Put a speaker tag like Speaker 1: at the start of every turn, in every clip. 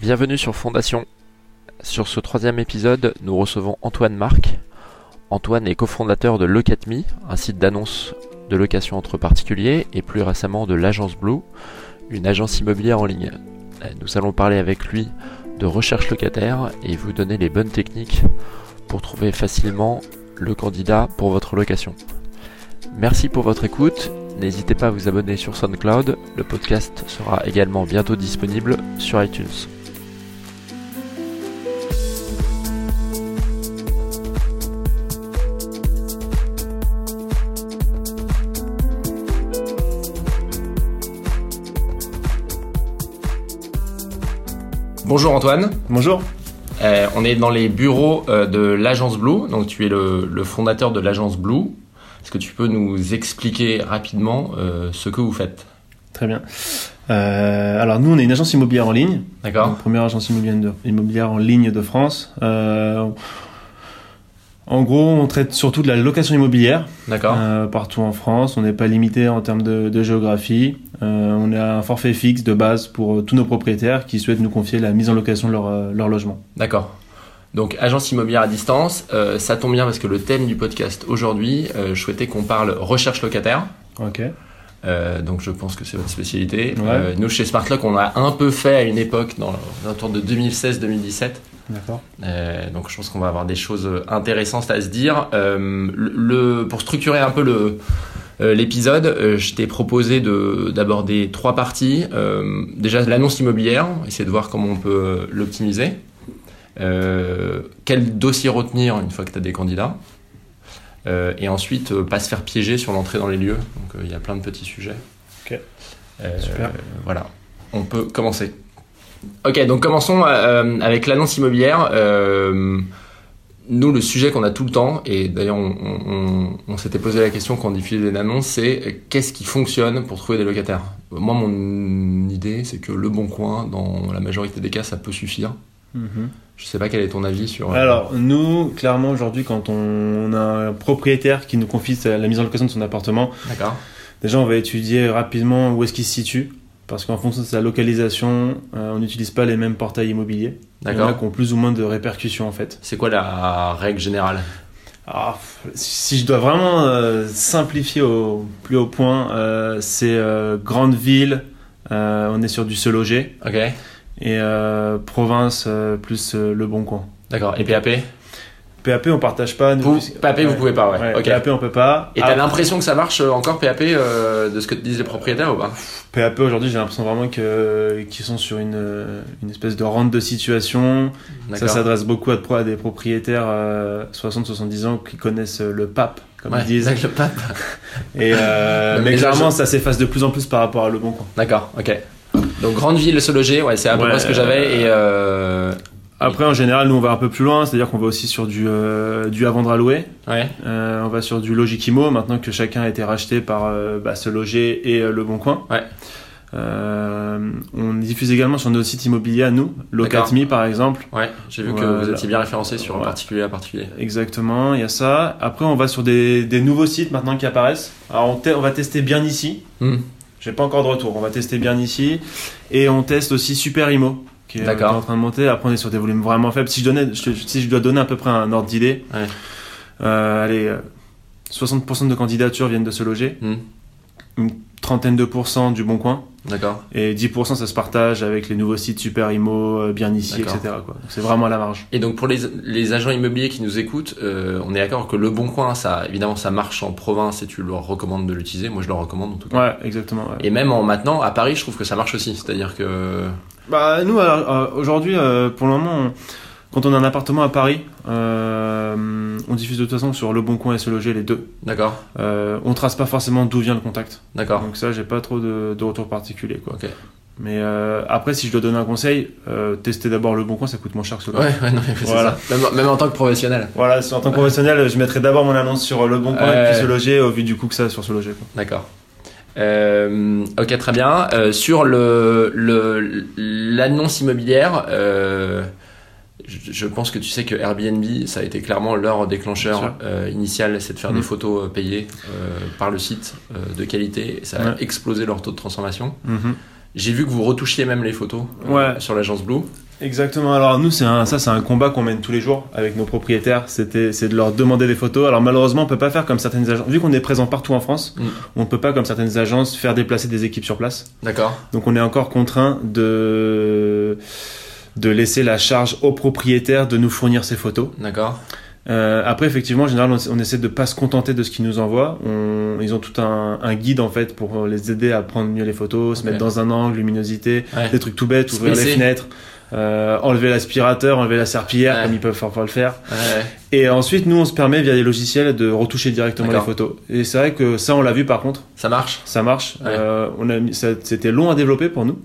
Speaker 1: Bienvenue sur Fondation. Sur ce troisième épisode, nous recevons Antoine Marc. Antoine est cofondateur de Locatme, un site d'annonce de location entre particuliers, et plus récemment de l'agence Blue, une agence immobilière en ligne. Eh, Nous allons parler avec lui de recherche locataire et vous donner les bonnes techniques pour trouver facilement le candidat pour votre location. Merci pour votre écoute. N'hésitez pas à vous abonner sur SoundCloud. Le podcast sera également bientôt disponible sur iTunes.
Speaker 2: Bonjour Antoine.
Speaker 3: Bonjour.
Speaker 2: Euh, on est dans les bureaux euh, de l'agence Blue. Donc tu es le, le fondateur de l'agence Blue. Est-ce que tu peux nous expliquer rapidement euh, ce que vous faites
Speaker 3: Très bien. Euh, alors nous, on est une agence immobilière en ligne.
Speaker 2: D'accord.
Speaker 3: Donc, Première agence immobilière, de- immobilière en ligne de France. Euh, en gros, on traite surtout de la location immobilière
Speaker 2: D'accord.
Speaker 3: euh, partout en France. On n'est pas limité en termes de, de géographie. Euh, on a un forfait fixe de base pour euh, tous nos propriétaires qui souhaitent nous confier la mise en location de leur, euh, leur logement.
Speaker 2: D'accord. Donc agence immobilière à distance, euh, ça tombe bien parce que le thème du podcast aujourd'hui, euh, je souhaitais qu'on parle recherche locataire.
Speaker 3: Ok.
Speaker 2: Euh, donc je pense que c'est votre spécialité.
Speaker 3: Ouais.
Speaker 2: Euh, nous chez Smartlock, on a un peu fait à une époque, dans autour de 2016-2017.
Speaker 3: D'accord.
Speaker 2: Euh, donc je pense qu'on va avoir des choses intéressantes à se dire. Euh, le, le- pour structurer un peu le euh, l'épisode, euh, je t'ai proposé de d'aborder trois parties. Euh, déjà l'annonce immobilière, essayer de voir comment on peut l'optimiser. Euh, quel dossier retenir une fois que tu as des candidats. Euh, et ensuite, euh, pas se faire piéger sur l'entrée dans les lieux. Donc euh, il y a plein de petits sujets.
Speaker 3: Ok.
Speaker 2: Euh,
Speaker 3: Super.
Speaker 2: Voilà, on peut commencer. Ok, donc commençons euh, avec l'annonce immobilière. Euh, nous, le sujet qu'on a tout le temps, et d'ailleurs on, on- on- on s'était posé la question quand on diffusait une annonce, c'est euh, qu'est-ce qui fonctionne pour trouver des locataires Moi, mon idée, c'est que le bon coin, dans la majorité des cas, ça peut suffire. Je sais pas quel est ton avis sur...
Speaker 3: mhm.
Speaker 2: euh,
Speaker 3: Alors, nous, clairement, aujourd'hui, quand on, on a un propriétaire qui nous confie sa- la mise en location de son appartement,
Speaker 2: D'accord.
Speaker 3: Déjà, on va étudier rapidement où est-ce qu'il se situe, parce qu'en fonction de sa localisation, euh, on n'utilise pas les mêmes portails immobiliers. Il y en a
Speaker 2: D'accord.
Speaker 3: qui ont plus ou moins de répercussions en fait.
Speaker 2: C'est quoi la règle générale
Speaker 3: Ah, pff, si je dois vraiment euh, simplifier au plus haut point, euh, c'est euh, grande ville, euh, on est sur du se loger,
Speaker 2: Ok,
Speaker 3: et euh, province euh, plus euh, le bon coin.
Speaker 2: d'accord. Et PAP
Speaker 3: PAP, on partage pas. nous,
Speaker 2: Vous-
Speaker 3: puisque-
Speaker 2: PAP, vous pouvez pas, ouais. Ok.
Speaker 3: PAP, on peut pas. Ah,
Speaker 2: Et t'as l'impression que ça marche euh, encore PAP euh, de ce que te disent les propriétaires ou pas
Speaker 3: PAP aujourd'hui, j'ai l'impression vraiment que- qu'ils sont sur une, euh, une espèce de rente de situation. Ça
Speaker 2: D'accord.
Speaker 3: s'adresse beaucoup à, pro- à des propriétaires euh, 60-70 ans qui connaissent euh, le pape, comme
Speaker 2: Ouais,
Speaker 3: ils disent.
Speaker 2: avec le pape.
Speaker 3: Et, euh,
Speaker 2: Non, mais
Speaker 3: mais
Speaker 2: déjà,
Speaker 3: clairement, ça s'efface de plus en plus par rapport à Le Bon Coin.
Speaker 2: D'accord, ok. Donc grande ville se loger, ouais, c'est à peu
Speaker 3: Ouais,
Speaker 2: près ce que j'avais et euh...
Speaker 3: Après, en général, nous, on va un peu plus loin, c'est-à-dire qu'on va aussi sur du, euh, du à vendre à louer.
Speaker 2: ouais,
Speaker 3: Euh, on va sur du Logikimo, maintenant que chacun a été racheté par euh, bah, Se Loger et euh, Le Bon Coin.
Speaker 2: Ouais.
Speaker 3: Euh, on diffuse également sur nos sites immobiliers à nous, Locatmi par exemple.
Speaker 2: ouais. J'ai vu que
Speaker 3: Voilà.
Speaker 2: vous étiez bien référencé sur
Speaker 3: Ouais.
Speaker 2: particulier à particulier.
Speaker 3: Exactement, il y a ça. Après, on va sur des, des nouveaux sites maintenant qui apparaissent. Alors, on, te- on va tester bien ici.
Speaker 2: Hmm,
Speaker 3: J'ai pas encore de retour. On va tester bien ici. Et on teste aussi Super Imo, qui est euh, qui est
Speaker 2: D'accord.
Speaker 3: en train de monter. Après, on est sur des volumes vraiment faibles. Si je, donnais, je- si je dois donner à peu près un ordre d'idée,
Speaker 2: Ouais.
Speaker 3: euh, allez, euh, 60% de candidatures viennent de se loger,
Speaker 2: hmm,
Speaker 3: trentaine de pourcents du Bon Coin,
Speaker 2: D'accord.
Speaker 3: et 10% ça se partage avec les nouveaux sites Super Imo, euh, bien ici,
Speaker 2: D'accord.
Speaker 3: etc. quoi. Donc, C'est vraiment à la marge.
Speaker 2: Et donc pour les, les agents immobiliers qui nous écoutent, euh, on est d'accord que le bon coin, ça évidemment ça marche en province et tu leur recommandes de l'utiliser. Moi je leur recommande en tout cas.
Speaker 3: Ouais, exactement. ouais.
Speaker 2: Et même en maintenant à Paris, je trouve que ça marche aussi. C'est-à-dire que
Speaker 3: Bah nous alors, euh, aujourd'hui euh, pour le moment on- quand on a un appartement à Paris euh, on diffuse de toute façon sur Le Bon Coin et Se Loger les deux.
Speaker 2: d'accord,
Speaker 3: Euh, on trace pas forcément d'où vient le contact.
Speaker 2: d'accord.
Speaker 3: Donc ça j'ai pas trop de, de retour particulier quoi.
Speaker 2: Ok.
Speaker 3: Mais euh, après si je dois donner un conseil, euh, testez d'abord Le Bon Coin ça coûte moins cher que Se Loger.
Speaker 2: Ouais, ouais, non, mais c'est
Speaker 3: Voilà.
Speaker 2: ça. Même, même en tant que professionnel.
Speaker 3: Voilà, en tant que professionnel, je mettrai d'abord mon annonce sur Le Bon Coin et
Speaker 2: Ouais.
Speaker 3: puis Se Loger au vu du coût que ça a sur Se Loger. quoi.
Speaker 2: D'accord. Euh, ok, très bien. Euh, sur le le- l'annonce immobilière, euh, je, je pense que tu sais que Airbnb, ça a été clairement leur
Speaker 3: Bien
Speaker 2: déclencheur euh, initial, c'est de faire
Speaker 3: Mhm.
Speaker 2: des photos euh, payées euh, par le site euh, de qualité. Ça a
Speaker 3: Ouais. Mm-hmm.
Speaker 2: explosé leur taux de transformation. J'ai vu que vous retouchiez même les photos euh,
Speaker 3: Ouais.
Speaker 2: sur l'agence Blue.
Speaker 3: Exactement. Alors nous, c'est un, ça, c'est un combat qu'on mène tous les jours avec nos propriétaires. C'était, c'est de leur demander des photos. Alors malheureusement, on peut pas faire comme certaines agences. Vu qu'on est présent partout en France,
Speaker 2: Mm.
Speaker 3: on peut pas comme certaines agences faire déplacer des équipes sur place.
Speaker 2: D'accord.
Speaker 3: Donc on est encore contraint de de laisser la charge aux propriétaires de nous fournir ces photos.
Speaker 2: D'accord.
Speaker 3: Euh, après, effectivement, en général, on, on essaie de pas se contenter de ce qu'ils nous envoient. On- ils ont tout un, un guide en fait pour les aider à prendre mieux les photos, se
Speaker 2: Ok.
Speaker 3: mettre dans un angle, luminosité,
Speaker 2: Ouais.
Speaker 3: des trucs tout bêtes,
Speaker 2: Se
Speaker 3: ouvrir les
Speaker 2: baisser.
Speaker 3: fenêtres, euh, enlever l'aspirateur, enlever la serpillière,
Speaker 2: Ouais.
Speaker 3: comme ils peuvent fort fort le faire.
Speaker 2: Ouais.
Speaker 3: Et ensuite, nous, on se permet via des logiciels de retoucher directement les
Speaker 2: D'accord.
Speaker 3: photos. Et c'est vrai que ça, on l'a vu par contre,
Speaker 2: Ça marche
Speaker 3: ça marche.
Speaker 2: Ouais.
Speaker 3: Euh, on a mis- ça- C'était long à développer pour nous,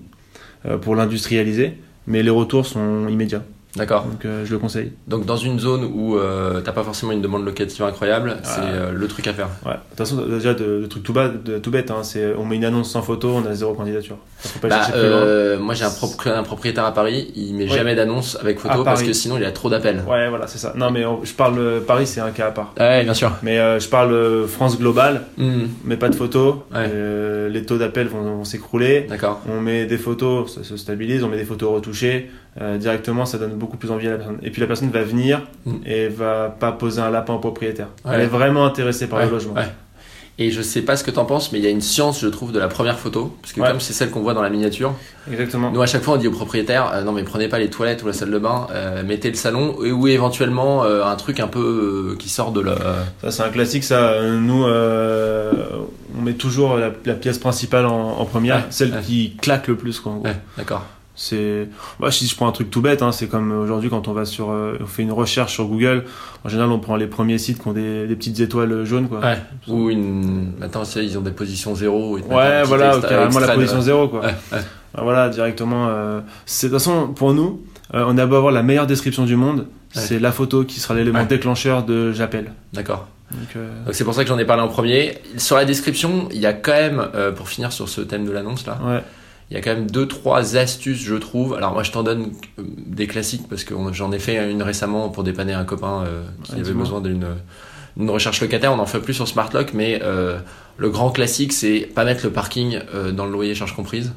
Speaker 3: euh, pour l'industrialiser, mais les retours sont immédiats.
Speaker 2: D'accord.
Speaker 3: Donc, euh, je le conseille.
Speaker 2: Donc dans une zone où euh, t'as pas forcément une demande locative incroyable, c'est euh, le truc à faire.
Speaker 3: Ouais. De toute façon, déjà, de- le truc tout, bas, de- tout bête, hein, c'est on met une annonce sans photo, on a zéro candidature. Faut pas
Speaker 2: Bah,
Speaker 3: chercher plus
Speaker 2: euh, moi j'ai un, propre- un propriétaire à Paris, il met
Speaker 3: Ouais.
Speaker 2: jamais d'annonce avec
Speaker 3: À
Speaker 2: photo
Speaker 3: Paris.
Speaker 2: parce que sinon il a trop d'appels.
Speaker 3: loin. Ouais, voilà, c'est ça. Non, mais on- je parle. euh, Paris, c'est un cas à part.
Speaker 2: Ouais, bien sûr.
Speaker 3: Mais euh, je parle euh, France globale,
Speaker 2: Hmm,
Speaker 3: mais pas de photos.
Speaker 2: Ouais.
Speaker 3: Euh, les taux d'appel vont, vont s'écrouler.
Speaker 2: D'accord.
Speaker 3: On met des photos, ça se stabilise, on met des photos retouchées. Euh, directement, ça donne beaucoup plus envie à la personne. Et puis la personne va venir
Speaker 2: Mm.
Speaker 3: et va pas poser un lapin au propriétaire.
Speaker 2: Ouais.
Speaker 3: Elle est vraiment intéressée par
Speaker 2: Ouais,
Speaker 3: le logement.
Speaker 2: ouais. Et je sais pas ce que t'en penses, mais il y a une science, je trouve, de la première photo. Parce que
Speaker 3: Ouais.
Speaker 2: comme c'est celle qu'on voit dans la miniature,
Speaker 3: Exactement.
Speaker 2: nous à chaque fois on dit au propriétaire, euh, non mais prenez pas les toilettes ou la salle de bain, euh, mettez le salon et, ou éventuellement euh, un truc un peu euh, qui sort de la...
Speaker 3: Ça, c'est un classique, ça. Euh, Nous, euh, on met toujours la, la pièce principale en, en première,
Speaker 2: Ouais,
Speaker 3: celle
Speaker 2: ouais.
Speaker 3: qui claque le plus, quoi. en gros.
Speaker 2: Ouais, d'accord.
Speaker 3: C'est, moi, si je prends un truc tout bête, hein, c'est comme aujourd'hui quand on va sur, euh, on fait une recherche sur Google. En général, on prend les premiers sites qui ont des, des petites étoiles jaunes, quoi.
Speaker 2: Ouais, Ou une... Attends, c'est- ils ont des positions zéro. et te mettent un
Speaker 3: Ouais,
Speaker 2: petit
Speaker 3: voilà,
Speaker 2: extra-
Speaker 3: carrément la
Speaker 2: extra de-
Speaker 3: position zéro, quoi.
Speaker 2: Ouais,
Speaker 3: Ah, Voilà, directement. euh, c'est de toute façon, pour nous, euh, on a beau avoir la meilleure description du monde, c'est la photo qui sera l'élément
Speaker 2: Ouais.
Speaker 3: déclencheur de j'appelle.
Speaker 2: D'accord.
Speaker 3: Donc, euh,
Speaker 2: Donc c'est pour ça que j'en ai parlé en premier. Sur la description, il y a quand même, euh, pour finir sur ce thème de l'annonce là,
Speaker 3: ouais,
Speaker 2: il y a quand même deux trois astuces je trouve. Alors moi je t'en donne euh, des classiques parce que on- j'en ai fait une récemment pour dépanner un copain euh, qui
Speaker 3: Ouais,
Speaker 2: avait
Speaker 3: dis-moi.
Speaker 2: besoin d'une une recherche locataire. On n'en fait plus sur Smartlock, mais euh, le grand classique c'est pas mettre le parking euh, dans le loyer charge comprise,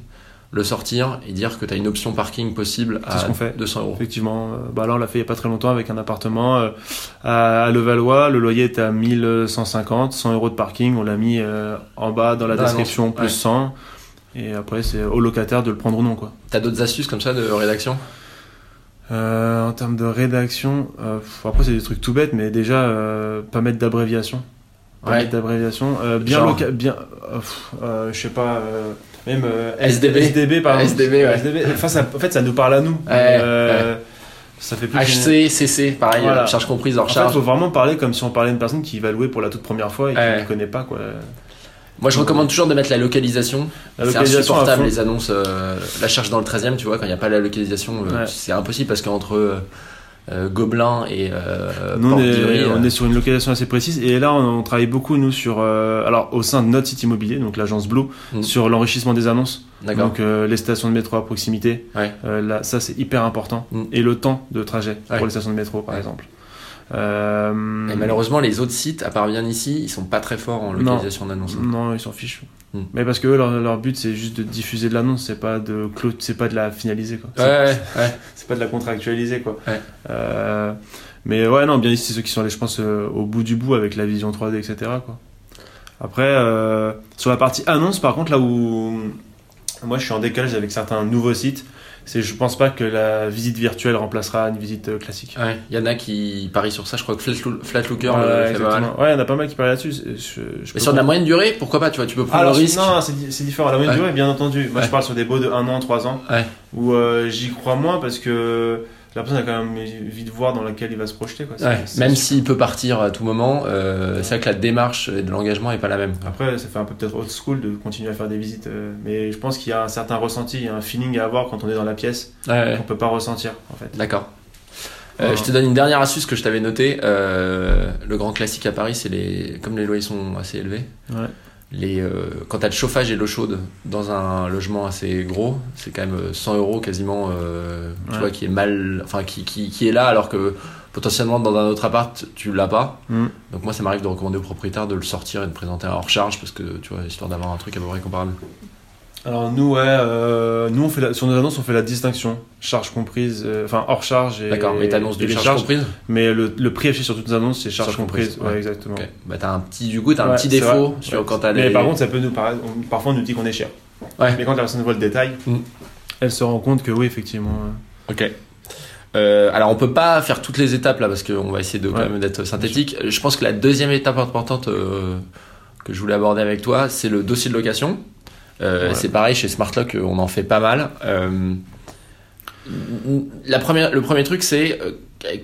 Speaker 2: le sortir et dire que tu as une option parking possible
Speaker 3: C'est ce
Speaker 2: à
Speaker 3: qu'on fait.
Speaker 2: 200 euros.
Speaker 3: Effectivement, euh, bah là on l'a fait il n'y a pas très longtemps avec un appartement euh, à, à Levallois. Le loyer était à 1150, 100 euros de parking. On l'a mis euh, en bas dans la
Speaker 2: Dans
Speaker 3: description,
Speaker 2: l'annonce,
Speaker 3: plus
Speaker 2: ouais.
Speaker 3: 100. Et après c'est au locataire de le prendre ou non quoi.
Speaker 2: T'as d'autres astuces comme ça de rédaction
Speaker 3: Euh, en termes de rédaction, euh, pff, après c'est des trucs tout bêtes, mais déjà euh, pas mettre d'abréviation. Pas
Speaker 2: Ouais.
Speaker 3: mettre d'abréviation. Euh, bien
Speaker 2: Genre.
Speaker 3: loca- bien, euh, pff, euh, je sais pas. euh, même euh,
Speaker 2: SDB.
Speaker 3: SDB par exemple.
Speaker 2: SDB, ouais.
Speaker 3: SDB. Enfin, ça- en fait ça nous parle à nous. Euh, Ça fait plus qu'une-
Speaker 2: HC, CC, pareil,
Speaker 3: Voilà.
Speaker 2: euh, charge comprise hors
Speaker 3: En fait,
Speaker 2: charge.
Speaker 3: faut vraiment parler comme si on parlait à une personne qui va louer pour la toute première fois et qui
Speaker 2: Ouais.
Speaker 3: ne connaît pas quoi.
Speaker 2: Moi, je recommande toujours de mettre la localisation.
Speaker 3: La
Speaker 2: c'est
Speaker 3: localisation à
Speaker 2: insupportable
Speaker 3: fond.
Speaker 2: les annonces. euh, la charge dans le 13 e tu vois, quand il n'y a pas la localisation, euh,
Speaker 3: Ouais.
Speaker 2: c'est impossible parce qu'entre euh, euh, Gobelin et euh,
Speaker 3: Nous, on
Speaker 2: Porte
Speaker 3: est,
Speaker 2: d'Ivry, euh,
Speaker 3: on est sur une localisation assez précise et là on, on travaille beaucoup nous sur euh, alors au sein de notre site immobilier donc l'agence Blue
Speaker 2: Mm.
Speaker 3: sur l'enrichissement des annonces
Speaker 2: D'accord.
Speaker 3: donc euh, les stations de métro à proximité
Speaker 2: Ouais.
Speaker 3: Euh, là ça c'est hyper important
Speaker 2: Mm.
Speaker 3: et le temps de trajet
Speaker 2: Ouais.
Speaker 3: pour les stations de métro par
Speaker 2: Ouais.
Speaker 3: exemple. Euh,
Speaker 2: Et malheureusement, les autres sites, à part bien ici, ils sont pas très forts en
Speaker 3: Non.
Speaker 2: localisation d'annonce.
Speaker 3: Non, ils s'en fichent.
Speaker 2: Mm.
Speaker 3: Mais parce que eux, leur, leur but c'est juste de diffuser de l'annonce, c'est pas de clo- c'est pas de la finaliser quoi.
Speaker 2: Ouais, ouais, ouais.
Speaker 3: c'est pas de la contractualiser quoi.
Speaker 2: Ouais.
Speaker 3: Euh, mais ouais non bien ici c'est ceux qui sont allés je pense euh, au bout du bout avec la vision 3D etc quoi. Après euh, sur la partie annonce par contre là où moi je suis en décalage avec certains nouveaux sites c'est je pense pas que la visite virtuelle remplacera une visite euh, classique.
Speaker 2: Ouais. Il y en a qui parient sur ça. Je crois que Flatloo- Flatlooker
Speaker 3: Ouais,
Speaker 2: le fait pas mal.
Speaker 3: exactement. ouais, on a pas mal qui parlent là-dessus. Je- je peux
Speaker 2: Mais euh, sur de la
Speaker 3: pas-
Speaker 2: moyenne durée, pourquoi pas Tu vois, tu peux prendre
Speaker 3: Alors,
Speaker 2: le risque.
Speaker 3: non, c'est di- c'est différent. La moyenne
Speaker 2: Ouais.
Speaker 3: durée, bien entendu. Moi,
Speaker 2: Ouais.
Speaker 3: je parle sur des baux de 1 an, 3 ans,
Speaker 2: Ouais.
Speaker 3: où euh, j'y crois moins parce que la personne a quand même envie de voir dans laquelle il va se projeter. Quoi. C'est-
Speaker 2: Ouais.
Speaker 3: c'est-
Speaker 2: Même s'il peut partir à tout moment, euh, c'est vrai que la démarche de l'engagement est pas la même.
Speaker 3: Après, ça fait un peu peut-être old school de continuer à faire des visites, euh, mais je pense qu'il y a un certain ressenti, il y a un feeling à avoir quand on est dans la pièce
Speaker 2: Ouais.
Speaker 3: qu'on peut pas ressentir en fait.
Speaker 2: D'accord. Euh,
Speaker 3: Voilà.
Speaker 2: Je te donne une dernière astuce que je t'avais notée. Euh, le grand classique à Paris, c'est les comme les loyers sont assez élevés.
Speaker 3: Ouais.
Speaker 2: Les euh, quand t'as le chauffage et l'eau chaude dans un logement assez gros, c'est quand même euh, 100 euros quasiment, euh, tu
Speaker 3: Ouais.
Speaker 2: vois, qui est mal, enfin qui, qui, qui est là alors que potentiellement dans un autre appart tu l'as pas.
Speaker 3: Mm.
Speaker 2: Donc moi ça m'arrive de recommander au propriétaire de le sortir et de présenter un hors charge parce que tu vois histoire d'avoir un truc à peu près comparable.
Speaker 3: Alors nous, ouais, euh, nous on fait la- sur nos annonces, on fait la distinction charge comprise, euh, enfin hors charge et
Speaker 2: D'accord, mais t'annonces
Speaker 3: et
Speaker 2: de
Speaker 3: les
Speaker 2: charges
Speaker 3: charges.
Speaker 2: comprises
Speaker 3: Mais le, le prix affiché sur toutes nos annonces, c'est charge
Speaker 2: Charge
Speaker 3: comprise.
Speaker 2: comprise,
Speaker 3: Ouais,
Speaker 2: ouais.
Speaker 3: exactement.
Speaker 2: Ok. Bah t'as un petit, du coup, t'as un
Speaker 3: Ouais,
Speaker 2: petit
Speaker 3: c'est
Speaker 2: défaut
Speaker 3: vrai.
Speaker 2: sur
Speaker 3: Ouais.
Speaker 2: quand t'as
Speaker 3: Mais
Speaker 2: les-
Speaker 3: par contre, ça peut nous paraître. on- parfois, on nous dit qu'on est cher.
Speaker 2: Ouais.
Speaker 3: Mais quand la personne voit le détail,
Speaker 2: Mm.
Speaker 3: elle se rend compte que oui, effectivement. euh,
Speaker 2: Ok. Euh, alors on peut pas faire toutes les étapes là parce qu'on va essayer de quand
Speaker 3: Ouais.
Speaker 2: même d'être synthétique. Je pense que la deuxième étape importante euh, que je voulais aborder avec toi, c'est le dossier de location. Euh,
Speaker 3: Ouais.
Speaker 2: C'est pareil chez Smartlock, on en fait pas mal. Euh, la première, le premier truc, c'est euh,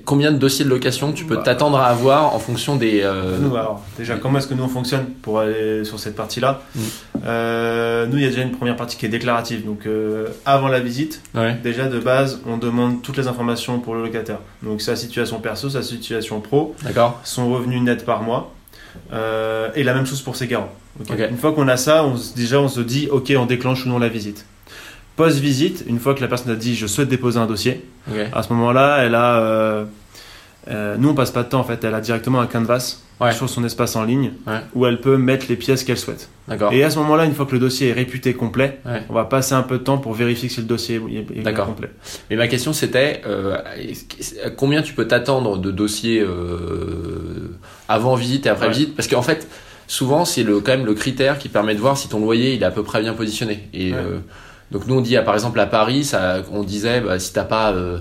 Speaker 2: combien de dossiers de location tu peux
Speaker 3: Bah.
Speaker 2: t'attendre à avoir en fonction des. euh,
Speaker 3: Nous, alors, déjà, comment est-ce que nous on fonctionne pour aller sur cette partie-là
Speaker 2: Mm.
Speaker 3: Euh, Nous, il y a déjà une première partie qui est déclarative. Donc, euh, avant la visite,
Speaker 2: Ouais.
Speaker 3: déjà de base, on demande toutes les informations pour le locataire. Donc, sa situation perso, sa situation pro,
Speaker 2: D'accord.
Speaker 3: son revenu net par mois. Euh, et la même chose pour ses garants. Ok.
Speaker 2: Ok.
Speaker 3: Une fois qu'on a ça, on se- déjà on se dit ok, on déclenche ou non la visite. Post-visite, une fois que la personne a dit je souhaite déposer un dossier,
Speaker 2: Ok.
Speaker 3: à ce moment-là, elle a. euh, euh, nous on passe pas de temps en fait, elle a directement un canvas
Speaker 2: Ouais.
Speaker 3: sur son espace en ligne
Speaker 2: Ouais.
Speaker 3: où elle peut mettre les pièces qu'elle souhaite.
Speaker 2: D'accord.
Speaker 3: Et à ce moment-là, une fois que le dossier est réputé complet,
Speaker 2: Ouais.
Speaker 3: on va passer un peu de temps pour vérifier si le dossier est- est bien
Speaker 2: D'accord.
Speaker 3: complet.
Speaker 2: Mais ma question c'était euh, est-ce- à combien tu peux t'attendre de dossiers euh, avant visite et après
Speaker 3: Ouais.
Speaker 2: visite Parce qu'en fait, souvent c'est le quand même le critère qui permet de voir si ton loyer il est à peu près bien positionné. Et
Speaker 3: Ouais.
Speaker 2: euh, donc nous on dit ah, par exemple à Paris, ça, on disait bah, si t'as pas euh,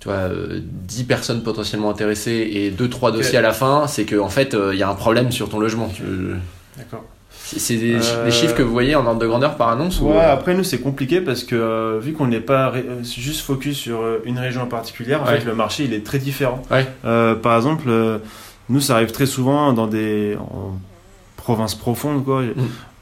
Speaker 2: tu vois, euh, 10 personnes potentiellement intéressées et 2-3 dossiers à la fin, c'est que en fait euh, il y a un problème sur ton logement. Tu-
Speaker 3: D'accord.
Speaker 2: C'est c'est des,
Speaker 3: Euh,
Speaker 2: des chiffres que vous voyez en ordre de grandeur par annonce ou- euh,
Speaker 3: Ouais, après nous c'est compliqué parce que euh, vu qu'on n'est pas ré- euh, juste focus sur euh, une région en particulier, en
Speaker 2: Ouais.
Speaker 3: fait le marché il est très différent.
Speaker 2: Ouais.
Speaker 3: Euh, par exemple, euh, nous ça arrive très souvent dans des en provinces profondes quoi.
Speaker 2: Mm.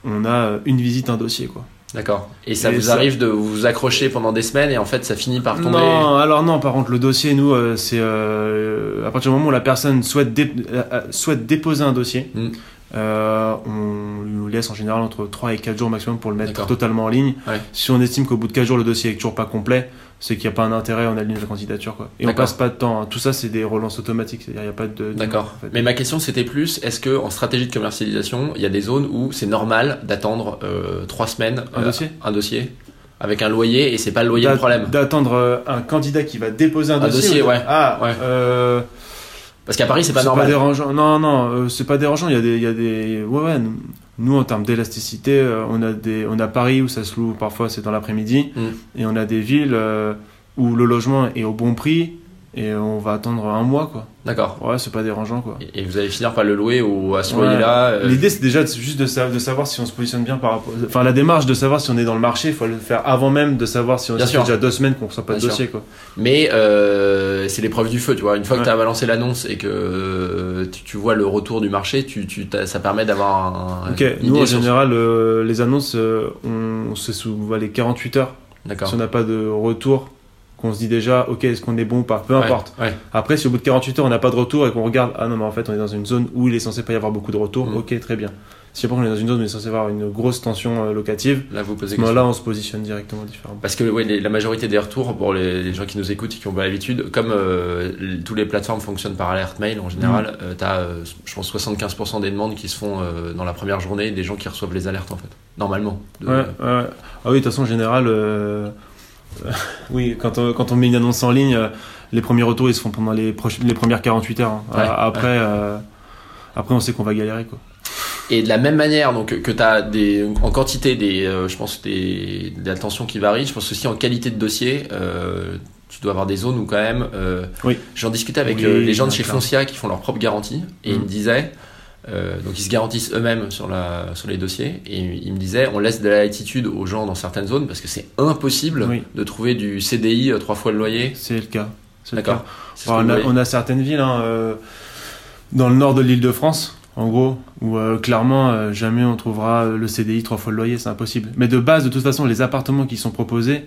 Speaker 3: On a euh, une visite un dossier quoi.
Speaker 2: D'accord. Et ça
Speaker 3: Et
Speaker 2: vous
Speaker 3: ça-
Speaker 2: arrive de vous accrocher pendant des semaines et en fait ça finit par tomber.
Speaker 3: Non, alors non, par contre le dossier nous euh, c'est euh, à partir du moment où la personne souhaite dé- euh, euh, souhaite déposer un dossier.
Speaker 2: Mm.
Speaker 3: euh, on lui laisse en général entre 3 et 4 jours maximum pour le mettre
Speaker 2: D'accord.
Speaker 3: totalement en ligne.
Speaker 2: Ouais.
Speaker 3: Si on estime qu'au bout de 4 jours le dossier est toujours pas complet, c'est qu'il n'y a pas un intérêt, on aligne la candidature. Quoi. Et on
Speaker 2: D'accord.
Speaker 3: passe pas de temps. hein. Tout ça, c'est des relances automatiques. C'est-à-dire, il n'y a pas de.
Speaker 2: D'accord.
Speaker 3: en fait.
Speaker 2: Mais ma question c'était plus, est-ce que en stratégie de commercialisation, il y a des zones où c'est normal d'attendre euh, trois semaines
Speaker 3: Un
Speaker 2: euh,
Speaker 3: dossier
Speaker 2: un dossier avec un loyer et c'est pas le loyer
Speaker 3: D'a-
Speaker 2: le problème
Speaker 3: D'attendre euh, un candidat qui va déposer un,
Speaker 2: Un dossier,
Speaker 3: ou-
Speaker 2: ouais.
Speaker 3: Ah,
Speaker 2: Ouais.
Speaker 3: euh,
Speaker 2: Parce qu'à Paris c'est pas normal.
Speaker 3: dérangeant. Non, non, euh, c'est pas dérangeant. Il y a des, il y a des. Ouais, ouais. nous- Nous, en termes d'élasticité, euh, on a des, on a Paris où ça se loue parfois, c'est dans l'après-midi,
Speaker 2: Mm.
Speaker 3: et on a des villes euh, où le logement est au bon prix et on va attendre un mois, quoi.
Speaker 2: D'accord.
Speaker 3: Ouais, c'est pas dérangeant, quoi.
Speaker 2: Et, et vous allez finir par le louer ou à ce euh,
Speaker 3: Ouais.
Speaker 2: loyer là.
Speaker 3: L'idée, c'est déjà de- juste de, sa- de savoir si on se positionne bien par rapport. Enfin, la démarche de savoir si on est dans le marché, il faut le faire avant même de savoir si on.
Speaker 2: Bien
Speaker 3: ça
Speaker 2: sûr.
Speaker 3: fait déjà deux semaines qu'on reçoit pas de
Speaker 2: Bien
Speaker 3: dossier, quoi.
Speaker 2: Mais euh, c'est l'épreuve du feu, tu vois. Une fois que
Speaker 3: Ouais.
Speaker 2: tu as balancé l'annonce et que euh, tu, tu vois le retour du marché, tu, tu, t'as- ça permet d'avoir un.
Speaker 3: Ok,
Speaker 2: une
Speaker 3: nous,
Speaker 2: idée
Speaker 3: en
Speaker 2: sur-
Speaker 3: général, euh, les annonces, euh, on, on se sous les 48 heures.
Speaker 2: D'accord.
Speaker 3: Si on n'a pas de retour, qu'on se dit déjà, ok, est-ce qu'on est bon ou pas Peu importe.
Speaker 2: Ouais, ouais.
Speaker 3: Après, si au bout de 48 heures, on n'a pas de retour et qu'on regarde, ah non, mais en fait, on est dans une zone où il est censé pas y avoir beaucoup de retours,
Speaker 2: Mm.
Speaker 3: ok, très bien. Si après, on est dans une zone où il est censé avoir une grosse tension euh, locative,
Speaker 2: Là, vous
Speaker 3: à
Speaker 2: posez
Speaker 3: ce moment-là, on se positionne directement différemment.
Speaker 2: Parce que ouais, les- la majorité des retours, pour les, les gens qui nous écoutent et qui ont pas l'habitude, comme euh, l- toutes les plateformes fonctionnent par alerte mail en général, euh, t'as, euh, je pense, 75% des demandes qui se font euh, dans la première journée des gens qui reçoivent les alertes en fait. Normalement. De-
Speaker 3: Ouais, ouais. Ah oui, de toute façon, en général, euh, euh, oui, quand on, quand on met une annonce en ligne, euh, les premiers retours, ils se font pendant les, proches- les premières 48 heures. hein.
Speaker 2: Ouais,
Speaker 3: Euh, après, euh, après, on sait qu'on va galérer, quoi.
Speaker 2: Et de la même manière, donc que tu as des, en quantité des, euh, je pense des, de la tension qui varie. Je pense aussi en qualité de dossier, euh, tu dois avoir des zones où quand même. euh,
Speaker 3: Oui.
Speaker 2: J'en discutais avec
Speaker 3: Oui,
Speaker 2: euh, les gens de
Speaker 3: bien
Speaker 2: chez
Speaker 3: sûr.
Speaker 2: Foncia qui font leur propre garantie et ils
Speaker 3: Mhm.
Speaker 2: me disaient, euh, donc ils se garantissent eux-mêmes sur la sur les dossiers et ils me disaient, on laisse de la latitude aux gens dans certaines zones parce que c'est impossible
Speaker 3: Oui.
Speaker 2: de trouver du CDI euh, trois fois le loyer.
Speaker 3: C'est le cas. C'est le cas.
Speaker 2: D'accord. C'est ce
Speaker 3: Bon,
Speaker 2: que
Speaker 3: on,
Speaker 2: vous
Speaker 3: a,
Speaker 2: voyez.
Speaker 3: on a certaines villes hein, euh, dans le nord de l'île de France, en gros, où euh, clairement euh, jamais on trouvera euh, le CDI trois fois le loyer, c'est impossible. Mais de base, de toute façon, les appartements qui sont proposés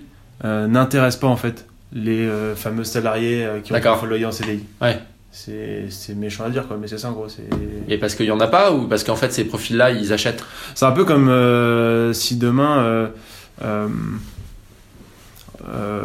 Speaker 3: euh, n'intéressent pas en fait les euh, fameux salariés euh, qui ont
Speaker 2: D'accord.
Speaker 3: trois fois le loyer en CDI.
Speaker 2: Ouais.
Speaker 3: C'est c'est méchant à dire, quoi, mais c'est ça en gros. c'est-
Speaker 2: Et parce qu'il y en a pas ou parce qu'en fait ces profils-là ils achètent.
Speaker 3: C'est un peu comme euh, si demain. euh, euh, euh,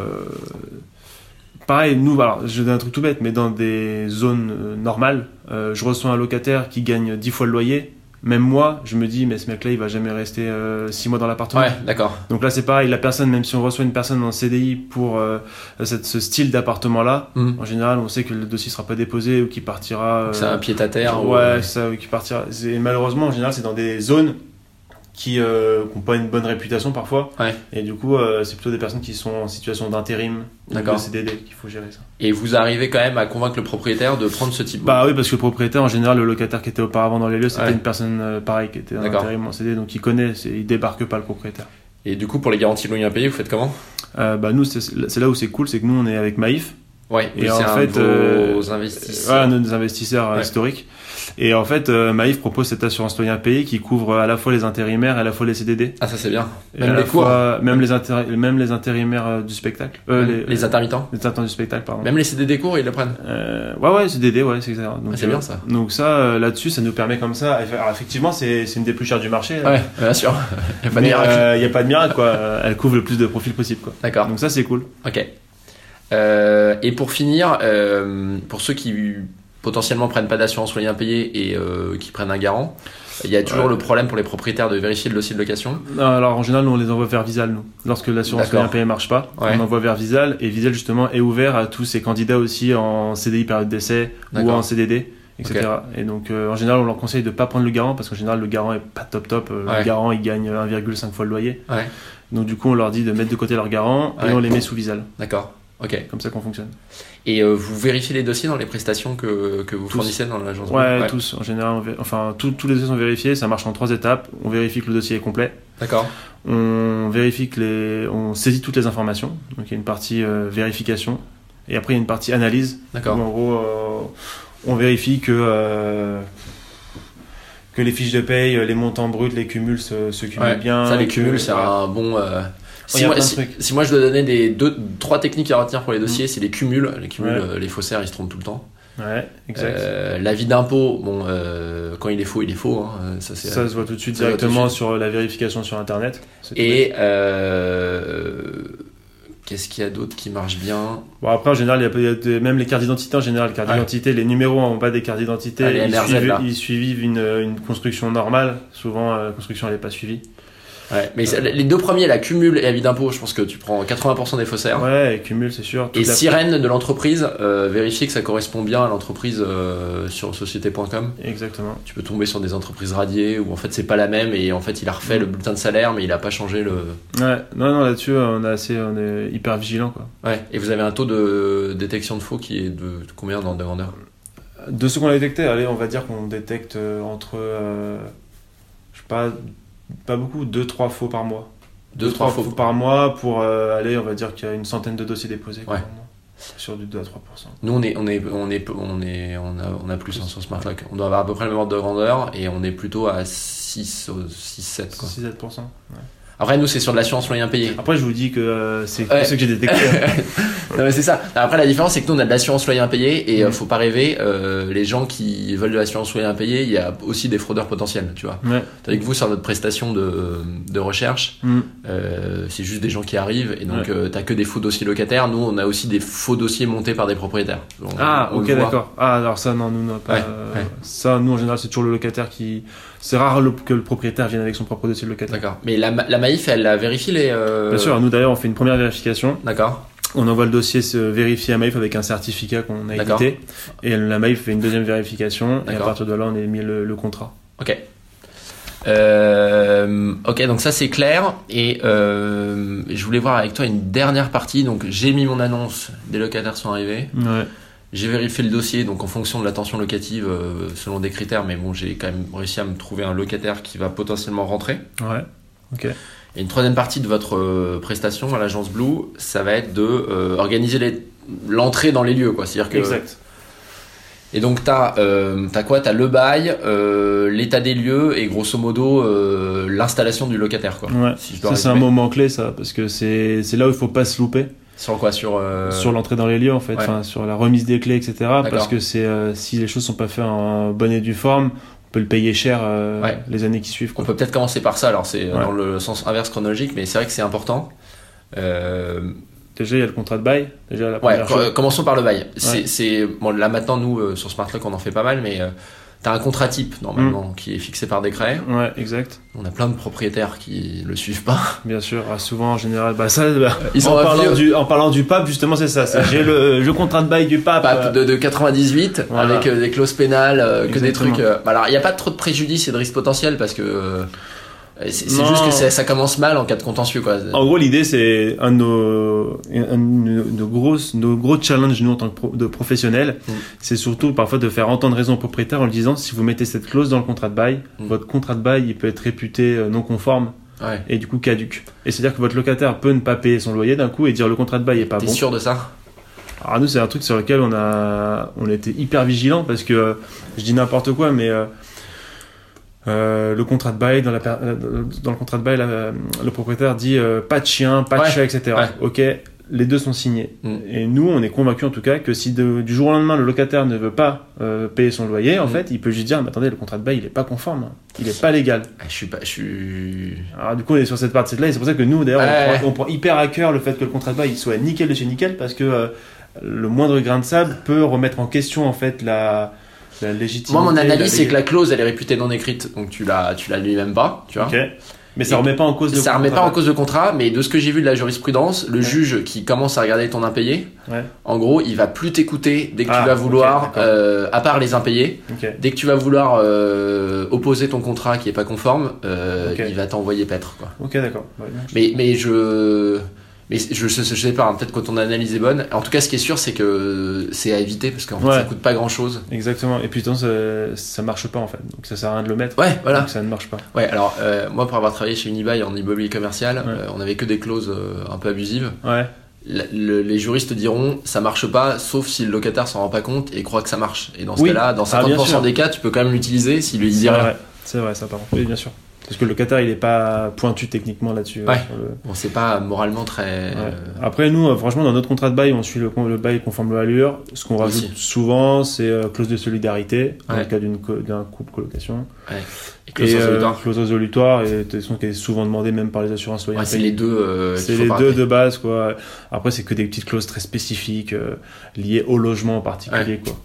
Speaker 3: pareil, nous, alors, je donne un truc tout bête, mais dans des zones euh, normales, euh, je reçois un locataire qui gagne 10 fois le loyer. Même moi, je me dis, mais ce mec-là, il va jamais rester 6 mois dans l'appartement.
Speaker 2: Ouais, d'accord.
Speaker 3: Donc là, c'est pareil, la personne, même si on reçoit une personne en CDI pour euh, cette- ce style d'appartement-là,
Speaker 2: Mhm.
Speaker 3: en général, on sait que le dossier sera pas déposé ou qu'il partira. euh,
Speaker 2: C'est un pied à terre. ou- euh,
Speaker 3: Ouais, ça, oui, qui partira. C'est- Malheureusement, en général, c'est dans des zones qui n'ont pas une bonne réputation parfois.
Speaker 2: Ouais.
Speaker 3: Et du coup, euh, c'est plutôt des personnes qui sont en situation d'intérim ou
Speaker 2: D'accord.
Speaker 3: de CDD qu'il faut gérer ça.
Speaker 2: Et vous arrivez quand même à convaincre le propriétaire de prendre ce type.
Speaker 3: Bah oui, parce que le propriétaire, en général, le locataire qui était auparavant dans les lieux, c'était
Speaker 2: Ouais.
Speaker 3: une personne euh, pareille qui était en
Speaker 2: D'accord.
Speaker 3: intérim en CDD, donc il connaît, c'est- il débarque pas le propriétaire.
Speaker 2: Et du coup, pour les garanties de loyer impayé, vous faites comment
Speaker 3: Euh, bah nous, c'est c'est là où c'est cool, c'est que nous, on est avec Maïf.
Speaker 2: Ouais.
Speaker 3: Et
Speaker 2: c'est
Speaker 3: en
Speaker 2: un
Speaker 3: fait,
Speaker 2: de vos
Speaker 3: Euh,
Speaker 2: investisseurs.
Speaker 3: Voilà, nos investisseurs euh,
Speaker 2: Ouais.
Speaker 3: historiques. Et en fait, euh, Maïf propose cette assurance loyer payé qui couvre euh, à la fois les intérimaires et à la fois les CDD.
Speaker 2: Ah, ça c'est bien.
Speaker 3: Et
Speaker 2: Même
Speaker 3: à
Speaker 2: les
Speaker 3: la fois- même, les intéri- même les intérimaires euh, du spectacle. Euh,
Speaker 2: Même les,
Speaker 3: les,
Speaker 2: intermittents.
Speaker 3: les intermittents du spectacle, pardon.
Speaker 2: Même les CDD courts, ils le prennent.
Speaker 3: Euh, ouais, ouais, CDD, ouais, c'est ça. Donc,
Speaker 2: Ah, c'est
Speaker 3: euh,
Speaker 2: bien ça.
Speaker 3: Donc ça, euh, là-dessus, ça nous permet comme ça. Alors, effectivement, c'est c'est une des plus chères du marché. là.
Speaker 2: Ouais, bien sûr. Il y a pas de
Speaker 3: Mais,
Speaker 2: miracle.
Speaker 3: euh, y a pas de miracle, quoi. Euh, Elle couvre le plus de profils possible, quoi.
Speaker 2: D'accord.
Speaker 3: Donc ça, c'est cool.
Speaker 2: Ok. Euh, et pour finir, euh, pour ceux qui potentiellement prennent pas d'assurance loyer impayé et euh, qui prennent un garant, il y a toujours
Speaker 3: Ouais.
Speaker 2: le problème pour les propriétaires de vérifier le dossier de location.
Speaker 3: Non, alors en général, nous on les envoie vers Visal, nous. Lorsque l'assurance
Speaker 2: D'accord.
Speaker 3: bien payée marche pas,
Speaker 2: Ouais.
Speaker 3: on envoie vers Visal et Visal justement est ouvert à tous ces candidats aussi en CDI période d'essai ou
Speaker 2: D'accord.
Speaker 3: en CDD, etc. Et donc euh, en général, on leur conseille de pas prendre le garant parce qu'en général, le garant est pas top top. Euh,
Speaker 2: Ouais.
Speaker 3: Le garant il gagne 1,5 fois le loyer.
Speaker 2: Ouais.
Speaker 3: Donc du coup, on leur dit de mettre de côté leur garant et
Speaker 2: Ouais.
Speaker 3: on les met sous Visal.
Speaker 2: D'accord. Ok.
Speaker 3: Comme ça qu'on fonctionne.
Speaker 2: Et euh, vous vérifiez les dossiers dans les prestations que, que vous
Speaker 3: Tous.
Speaker 2: fournissez dans l'agence.
Speaker 3: Ouais, tous en général, on vé- enfin tous- tous les dossiers sont vérifiés. Ça marche en trois étapes. On vérifie que le dossier est complet.
Speaker 2: D'accord.
Speaker 3: On vérifie que les, on saisit toutes les informations. Donc il y a une partie euh, vérification et après il y a une partie analyse. Où,
Speaker 2: D'accord.
Speaker 3: en gros, euh, on vérifie que euh, que les fiches de paye, euh, les montants bruts, les cumuls se, se cumulent
Speaker 2: Ouais.
Speaker 3: bien.
Speaker 2: Ça, les
Speaker 3: que-
Speaker 2: cumuls, c'est
Speaker 3: voilà.
Speaker 2: un bon. euh,
Speaker 3: y
Speaker 2: Si
Speaker 3: a
Speaker 2: moi,
Speaker 3: plein de
Speaker 2: si-
Speaker 3: trucs. Mm.
Speaker 2: si moi, je dois donner des deux, trois techniques à retenir pour les dossiers, c'est les cumuls. Les cumuls,
Speaker 3: Ouais.
Speaker 2: euh, les faussaires, ils se trompent tout le temps.
Speaker 3: Ouais, exact.
Speaker 2: Euh, L'avis d'impôt, bon, euh, quand il est faux, il est faux. hein, euh, Ça, c'est.
Speaker 3: ça se voit tout de suite
Speaker 2: ça se voit
Speaker 3: directement
Speaker 2: tout de
Speaker 3: sur la vérification sur internet. C'est tout
Speaker 2: Et euh, qu'est-ce qu'il y a d'autre qui marche bien
Speaker 3: bête. bon, après en général, il y a peut- il y a des- même les cartes d'identité en général, cartes
Speaker 2: Ouais.
Speaker 3: d'identité, les numéros en bas des cartes d'identité,
Speaker 2: Ah, les
Speaker 3: ils,
Speaker 2: NRZ,
Speaker 3: suivent,
Speaker 2: là.
Speaker 3: ils suivent une, une construction normale. Souvent, euh, la construction n'est pas suivie.
Speaker 2: Ouais,
Speaker 3: Euh.
Speaker 2: mais ça- les deux premiers, la cumul et l'avis d'impôt, je pense que tu prends 80% des faussaires.
Speaker 3: Ouais, et cumul, c'est sûr.
Speaker 2: Hein. Et
Speaker 3: Toute la-
Speaker 2: sirène de l'entreprise, euh, vérifier que ça correspond bien à l'entreprise euh, sur société.com.
Speaker 3: Exactement.
Speaker 2: Tu peux tomber sur des entreprises radiées où en fait c'est pas la même et en fait il a refait le bulletin de salaire mais il a pas changé le.
Speaker 3: Ouais, non, non, là-dessus, euh, on est assez, on est hyper vigilant, quoi.
Speaker 2: Ouais. Et vous avez un taux de détection de faux qui est de combien dans de grandeur
Speaker 3: De ce qu'on a détecté, allez, on va dire qu'on détecte euh, entre, euh, je sais pas, pas beaucoup, 2-3 faux par mois.
Speaker 2: Deux trois faux.
Speaker 3: par mois pour, euh, aller, on va dire qu'il y a une centaine de dossiers déposés. quoi,
Speaker 2: Ouais.
Speaker 3: maintenant. Sur du 2 à 3%.
Speaker 2: Nous on est on est on est on est on a on a plus hein, sur Smart Lock. On doit avoir à peu près le même ordre de grandeur et on est plutôt à 6 6 7 quoi.
Speaker 3: 6 à 7%. ouais.
Speaker 2: Après nous c'est sur de l'assurance moyen payé.
Speaker 3: Après, je vous dis que euh, c'est
Speaker 2: Ouais.
Speaker 3: ce que j'ai hein. détecté.
Speaker 2: Non mais c'est ça. Après la différence c'est que nous on a de l'assurance loyer impayé et euh,
Speaker 3: Mm.
Speaker 2: faut pas rêver. euh, les gens qui veulent de l'assurance loyer impayé, il y a aussi des fraudeurs potentiels, tu vois.
Speaker 3: ouais.
Speaker 2: Tandis que vous sur votre prestation de, de recherche,
Speaker 3: Mm.
Speaker 2: euh, c'est juste des gens qui arrivent et donc euh, t'as que des faux dossiers locataires. Nous on a aussi des faux dossiers montés par des propriétaires. On-
Speaker 3: Ah,
Speaker 2: on
Speaker 3: ok,
Speaker 2: le voit.
Speaker 3: d'accord. Ah, alors ça, non, nous, non, pas.
Speaker 2: Ouais,
Speaker 3: euh,
Speaker 2: ouais.
Speaker 3: Ça, nous, en général, c'est toujours le locataire qui. C'est rare le- que le propriétaire vienne avec son propre dossier de locataire.
Speaker 2: D'accord. Mais la, ma- la Maïf elle a vérifié les. euh,
Speaker 3: Bien sûr, nous d'ailleurs, on fait une première vérification.
Speaker 2: D'accord.
Speaker 3: On envoie le dossier se vérifier à Maïf avec un certificat qu'on a
Speaker 2: D'accord.
Speaker 3: édité. Et la Maïf fait une deuxième vérification. Et à
Speaker 2: D'accord.
Speaker 3: partir de là, on a mis le, le contrat.
Speaker 2: Ok. Euh, ok, donc ça c'est clair. Et euh, je voulais voir avec toi une dernière partie. Donc j'ai mis mon annonce, des locataires sont arrivés.
Speaker 3: Ouais.
Speaker 2: J'ai vérifié le dossier, donc en fonction de la tension locative, euh, selon des critères, mais bon, j'ai quand même réussi à me trouver un locataire qui va potentiellement rentrer.
Speaker 3: Ouais.
Speaker 2: Et une troisième partie de votre euh, prestation à l'agence Blue, ça va être de euh, organiser les- l'entrée dans les lieux, quoi. C'est-à-dire que
Speaker 3: Exact.
Speaker 2: Et donc t'as euh, t'as quoi T'as le bail, euh, l'état des lieux et grosso modo euh, l'installation du locataire quoi.
Speaker 3: Ouais.
Speaker 2: Si je dois
Speaker 3: Ça, c'est un
Speaker 2: résumer.
Speaker 3: moment clé, ça, parce que c'est c'est là où il faut pas se louper.
Speaker 2: Sur quoi Sur euh,
Speaker 3: Sur l'entrée dans les lieux, en fait.
Speaker 2: ouais.
Speaker 3: Enfin, sur la remise des clés, etc. Parce que c'est euh, si les choses sont pas faites en bonne et due forme, on peut le payer cher euh,
Speaker 2: Ouais.
Speaker 3: les années qui suivent.
Speaker 2: On
Speaker 3: Quoi.
Speaker 2: peut peut-être commencer par ça. Alors c'est euh,
Speaker 3: Ouais.
Speaker 2: dans le sens inverse chronologique, mais c'est vrai que c'est important. Euh,
Speaker 3: Déjà, il y a le contrat de bail. Déjà, la
Speaker 2: ouais,
Speaker 3: première
Speaker 2: co-
Speaker 3: chose.
Speaker 2: euh, commençons par le bail. C'est c'est- bon là maintenant nous euh, sur Smartlock on en fait pas mal, mais euh, T'as un contrat type normalement
Speaker 3: Mm.
Speaker 2: qui est fixé par décret.
Speaker 3: Ouais, exact.
Speaker 2: On a plein de propriétaires qui le suivent pas.
Speaker 3: Bien sûr. Ah, souvent, en général, bah ça, bah,
Speaker 2: Ils
Speaker 3: en,
Speaker 2: sont
Speaker 3: parlant
Speaker 2: vieux.
Speaker 3: du, en parlant du pape, justement, c'est ça. c'est J'ai le, le contrat de bail du pape. euh,
Speaker 2: Pape de, de 98
Speaker 3: Voilà.
Speaker 2: avec euh, des clauses pénales, euh, que des
Speaker 3: Exactement.
Speaker 2: trucs. euh, bah alors il n'y a pas trop de préjudice et de risque potentiel parce que euh, c'est c'est
Speaker 3: Non.
Speaker 2: juste que ça, ça commence mal en cas de contentieux quoi.
Speaker 3: En gros, l'idée, c'est un de nos, un de nos, gros, nos gros challenges, nous, en tant que pro- de professionnels.
Speaker 2: Mm.
Speaker 3: C'est surtout parfois de faire entendre raison au propriétaire en lui disant si vous mettez cette clause dans le contrat de bail,
Speaker 2: Mm.
Speaker 3: votre contrat de bail, il peut être réputé euh, non conforme
Speaker 2: Ouais.
Speaker 3: et du coup caduque. Et c'est-à-dire que votre locataire peut ne pas payer son loyer d'un coup et dire le contrat de bail est pas
Speaker 2: T'es
Speaker 3: bon.
Speaker 2: sûr de ça
Speaker 3: Alors nous, c'est un truc sur lequel on a, on était hyper vigilant parce que euh, je dis n'importe quoi, mais euh, euh, le contrat de bail dans la per- euh, dans le contrat de bail, la- le propriétaire dit euh, pas de chien, pas
Speaker 2: Ouais.
Speaker 3: de chat, etc.
Speaker 2: Ouais.
Speaker 3: Ok, les deux sont signés.
Speaker 2: Mm.
Speaker 3: Et nous, on est convaincus en tout cas que si de- du jour au lendemain le locataire ne veut pas euh, payer son loyer, en
Speaker 2: Mm.
Speaker 3: fait, il peut juste dire mais attendez, le contrat de bail il est pas conforme, il est pas légal.
Speaker 2: Ah, Je suis pas, je suis.
Speaker 3: Alors du coup, on est sur cette partie-là, et c'est pour ça que nous, d'ailleurs, on,
Speaker 2: Ouais.
Speaker 3: prend, on prend hyper à cœur le fait que le contrat de bail il soit nickel de chez nickel, parce que euh, le moindre grain de sable peut remettre en question en fait la, la légitimité.
Speaker 2: Moi mon analyse c'est que
Speaker 3: la...
Speaker 2: la clause elle est réputée non écrite donc tu la, tu la lis même pas, tu vois.
Speaker 3: Ok. Mais ça remet pas en cause le
Speaker 2: Ça remet pas
Speaker 3: contrat
Speaker 2: en cause le contrat, mais de ce que j'ai vu de la jurisprudence, le
Speaker 3: Ouais.
Speaker 2: juge qui commence à regarder ton impayé,
Speaker 3: Ouais.
Speaker 2: en gros, il va plus t'écouter dès que
Speaker 3: Ah,
Speaker 2: tu vas
Speaker 3: ok,
Speaker 2: vouloir,
Speaker 3: d'accord.
Speaker 2: euh, à part les impayés,
Speaker 3: de bail. Ok.
Speaker 2: dès que tu vas vouloir euh, opposer ton contrat qui est pas conforme, euh,
Speaker 3: Ok.
Speaker 2: il va t'envoyer paître. Quoi.
Speaker 3: Ok, d'accord. Ouais, non, je-
Speaker 2: Mais, mais je. Mais je, je, je sais pas, hein, peut-être quand ton analyse est bonne. En tout cas, ce qui est sûr, c'est que c'est à éviter parce qu'en fait,
Speaker 3: Ouais.
Speaker 2: ça coûte pas grand chose.
Speaker 3: Exactement. Et puis, de toute façon, ça, ça marche pas en fait, donc ça sert à rien de le mettre.
Speaker 2: Ouais, voilà.
Speaker 3: Donc ça ne marche pas.
Speaker 2: Ouais, alors, euh, moi, pour avoir travaillé chez Unibail en immobilier commercial,
Speaker 3: Ouais.
Speaker 2: euh, on avait que des clauses euh, un peu abusives.
Speaker 3: Ouais.
Speaker 2: La- le- les juristes diront ça marche pas sauf si le locataire s'en rend pas compte et croit que ça marche. Et dans ce
Speaker 3: Oui.
Speaker 2: cas-là, dans
Speaker 3: Ah, bien
Speaker 2: 50%
Speaker 3: sûr.
Speaker 2: des cas, tu peux quand même l'utiliser s'il lui dit
Speaker 3: C'est
Speaker 2: rien.
Speaker 3: vrai. C'est vrai, ça par contre. Oui, bien sûr. Parce que le Qatar, il est pas pointu techniquement là-dessus. euh,
Speaker 2: Ouais.
Speaker 3: sur le-
Speaker 2: Bon, c'est pas moralement très.
Speaker 3: Ouais.
Speaker 2: euh,
Speaker 3: Après, nous, euh, franchement, dans notre contrat de bail, on suit le, con- le bail conforme à l'allure. Ce qu'on
Speaker 2: Aussi.
Speaker 3: rajoute souvent, c'est euh, clause de solidarité, dans
Speaker 2: Ouais.
Speaker 3: le cas d'une co- d'un couple colocation.
Speaker 2: et clause
Speaker 3: et euh,
Speaker 2: résolutoire.
Speaker 3: clause résolutoire, et de toute façon, qui est souvent demandée même par les assurances loyales.
Speaker 2: Ouais, c'est les deux. euh,
Speaker 3: C'est
Speaker 2: qu'il faut
Speaker 3: les
Speaker 2: pas
Speaker 3: deux
Speaker 2: rater.
Speaker 3: de base, quoi. Après, c'est que des petites clauses très spécifiques, euh, liées au logement en particulier, quoi.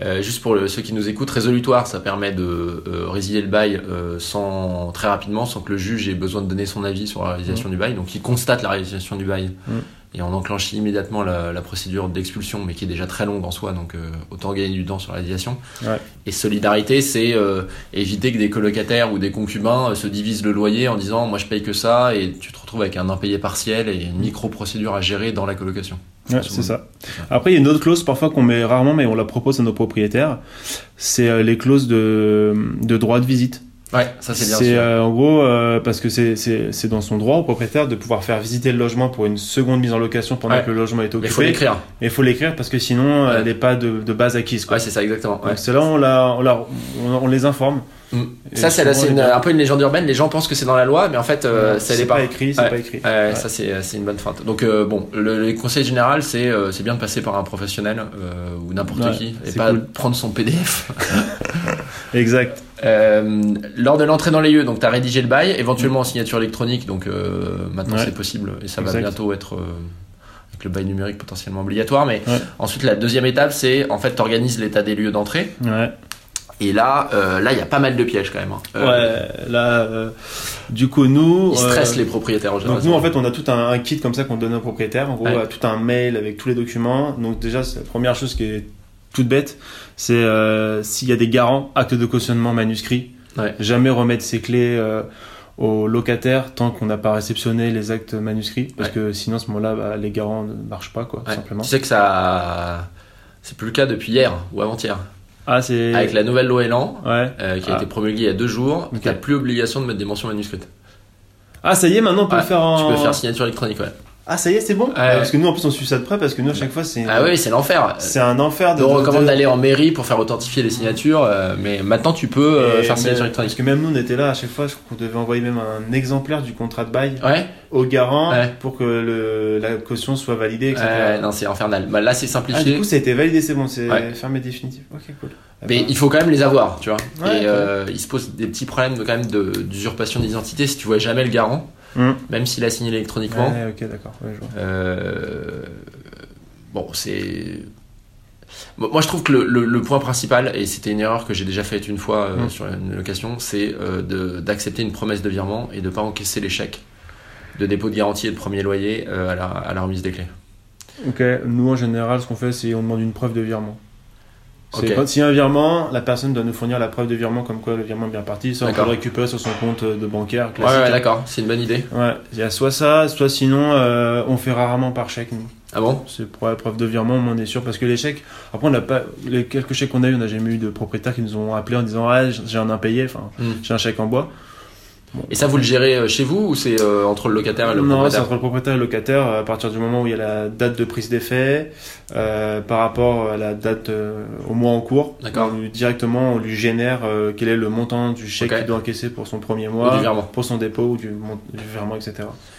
Speaker 2: Euh, juste pour le- ceux qui nous écoutent, résolutoire, ça permet de euh, résilier le bail euh, sans très rapidement, sans que le juge ait besoin de donner son avis sur la
Speaker 3: Mmh.
Speaker 2: réalisation du bail. Donc il constate la réalisation du bail
Speaker 3: Mm.
Speaker 2: et on enclenche immédiatement la, la procédure d'expulsion, mais qui est déjà très longue en soi, donc euh, autant gagner du temps sur la réalisation.
Speaker 3: Ouais.
Speaker 2: Et solidarité, c'est euh, éviter que des colocataires ou des concubins euh, se divisent le loyer en disant moi je paye que ça et tu te retrouves avec un impayé partiel et une micro procédure à gérer dans la colocation.
Speaker 3: Ouais,
Speaker 2: Souvent.
Speaker 3: c'est ça. Après, il y a une autre clause parfois qu'on met rarement, mais on la propose à nos propriétaires. C'est euh, les clauses de, de droit de visite.
Speaker 2: Ouais, ça c'est bien.
Speaker 3: C'est
Speaker 2: sûr.
Speaker 3: euh, en gros euh, parce que c'est- c'est c'est dans son droit au propriétaire de pouvoir faire visiter le logement pour une seconde mise en location pendant
Speaker 2: Ouais.
Speaker 3: que le logement est
Speaker 2: Mais faut
Speaker 3: occupé.
Speaker 2: l'écrire.
Speaker 3: Mais il faut l'écrire parce que sinon euh,
Speaker 2: Ouais.
Speaker 3: elle n'est pas de, de base acquise. Quoi.
Speaker 2: Ouais, c'est ça exactement. ouais.
Speaker 3: Donc c'est là on, la, on, la- on, on les informe.
Speaker 2: Mm.
Speaker 3: Et
Speaker 2: Ça, c'est,
Speaker 3: souvent,
Speaker 2: c'est
Speaker 3: les
Speaker 2: une-
Speaker 3: gars-
Speaker 2: un peu une légende urbaine. Les gens pensent que c'est dans la loi, mais en fait, euh, ça
Speaker 3: c'est
Speaker 2: l'est
Speaker 3: pas,
Speaker 2: pas.
Speaker 3: écrit, c'est
Speaker 2: Ouais.
Speaker 3: pas écrit.
Speaker 2: Euh,
Speaker 3: Ouais.
Speaker 2: Ça, c'est, c'est une bonne feinte. Donc, euh, bon, le, les conseils général, c'est, euh, c'est bien de passer par un professionnel euh, ou n'importe
Speaker 3: Ouais,
Speaker 2: qui et
Speaker 3: c'est
Speaker 2: pas
Speaker 3: cool.
Speaker 2: prendre son PDF.
Speaker 3: Exact.
Speaker 2: Euh, lors de l'entrée dans les lieux, donc tu as rédigé le bail, éventuellement en signature électronique, donc euh, maintenant
Speaker 3: Mm. Ouais.
Speaker 2: c'est possible et ça va
Speaker 3: Exact.
Speaker 2: bientôt être. euh, avec le bail numérique potentiellement obligatoire, mais
Speaker 3: Ouais.
Speaker 2: ensuite la deuxième étape c'est en fait t'organises l'état des lieux d'entrée
Speaker 3: Ouais.
Speaker 2: et là euh, là il y a pas mal de pièges quand même. hein. Euh,
Speaker 3: ouais. Là, euh, du coup nous.
Speaker 2: Ils stressent
Speaker 3: euh,
Speaker 2: les propriétaires en général.
Speaker 3: Donc nous en fait on a tout un, un kit comme ça qu'on donne au propriétaire, en gros
Speaker 2: Ouais.
Speaker 3: euh, tout un mail avec tous les documents. Donc déjà c'est la première chose qui est toute bête, c'est euh, s'il y a des garants, acte de cautionnement manuscrit,
Speaker 2: Ouais.
Speaker 3: jamais remettre ses clés euh, au locataire tant qu'on n'a pas réceptionné les actes manuscrits, parce
Speaker 2: Ouais.
Speaker 3: que sinon à ce moment-là bah, les garants ne marchent pas quoi, tout
Speaker 2: Ouais.
Speaker 3: simplement.
Speaker 2: Tu sais que ça. C'est plus le cas depuis hier ou avant-hier.
Speaker 3: Ah c'est...
Speaker 2: Avec la nouvelle loi Elan,
Speaker 3: Ouais.
Speaker 2: euh, qui a
Speaker 3: Ah.
Speaker 2: été promulguée il y a deux jours,
Speaker 3: Ok.
Speaker 2: t'as plus obligation de mettre des mentions manuscrites.
Speaker 3: Ah ça y est maintenant on peut
Speaker 2: Ouais,
Speaker 3: le faire en...
Speaker 2: Tu peux faire signature électronique, ouais.
Speaker 3: Ah ça y est c'est bon Ah, Parce que nous en plus on suit ça de près parce que nous à chaque fois c'est...
Speaker 2: Ah oui, c'est l'enfer. Euh,
Speaker 3: C'est un enfer de...
Speaker 2: On recommande
Speaker 3: de-
Speaker 2: d'aller en mairie pour faire authentifier les signatures, euh, mais maintenant tu peux euh,
Speaker 3: Et
Speaker 2: faire signature
Speaker 3: même- Parce
Speaker 2: électronique.
Speaker 3: que même nous, on était là à chaque fois, je crois qu'on devait envoyer même un exemplaire du contrat de bail
Speaker 2: Ouais,
Speaker 3: au garant
Speaker 2: Ouais.
Speaker 3: pour que le, la caution soit validée, etc.
Speaker 2: ouais, non, c'est infernal. Bah, là, c'est
Speaker 3: ah, du
Speaker 2: simplifié.
Speaker 3: coup, ça a été validé, c'est bon, c'est
Speaker 2: Ouais.
Speaker 3: fermé définitif. Ok, cool. Ah
Speaker 2: mais
Speaker 3: bah,
Speaker 2: il faut quand même les avoir, tu vois.
Speaker 3: Ouais,
Speaker 2: et euh, il se pose des petits problèmes de, quand même de, d'usurpation d'identité si tu vois jamais le garant,
Speaker 3: Hum.
Speaker 2: même s'il a signé électroniquement.
Speaker 3: ouais, ok, d'accord. ouais, je vois.
Speaker 2: Euh, bon, Euh, c'est. Bon, Moi, je trouve que le, le- le point principal, et c'était une erreur que j'ai déjà faite une fois euh,
Speaker 3: Mm.
Speaker 2: sur une location, c'est euh, de- d'accepter une promesse de virement et de pas encaisser les chèques de dépôt de garantie et de premier loyer euh, à, la, à la remise des clés.
Speaker 3: Ok, nous en général, ce qu'on fait, c'est on demande une preuve de virement. C'est
Speaker 2: Ok.
Speaker 3: quand s'il y a un virement, la personne doit nous fournir la preuve de virement comme quoi le virement est bien parti. Ça, on peut
Speaker 2: D'accord.
Speaker 3: le récupérer sur son compte euh, de bancaire
Speaker 2: Ouais, ouais,
Speaker 3: classique.
Speaker 2: d'accord, c'est une bonne idée.
Speaker 3: Ouais, il y a soit ça, soit sinon, euh, on fait rarement par chèque, nous.
Speaker 2: Ah bon
Speaker 3: C'est pour la preuve de virement, on en est sûr. Parce que les chèques, après, on n'a pas, les quelques chèques qu'on a eu, on n'a jamais eu de propriétaires qui nous ont appelé en disant Ah, j'ai un impayé, enfin,
Speaker 2: Mm.
Speaker 3: j'ai un chèque en bois.
Speaker 2: Et ça, vous le gérez euh, chez vous ou c'est euh, entre le locataire et le
Speaker 3: non, c'est
Speaker 2: propriétaire
Speaker 3: entre le propriétaire et le locataire à partir du moment où il y a la date de prise des faits euh, par rapport à la date euh, au mois en cours.
Speaker 2: D'accord.
Speaker 3: On lui- Directement, on lui génère euh, quel est le montant du chèque
Speaker 2: Ok.
Speaker 3: qu'il doit encaisser pour son premier
Speaker 2: Ou
Speaker 3: mois,
Speaker 2: du virement.
Speaker 3: pour son dépôt ou du, mont- du virement, etc.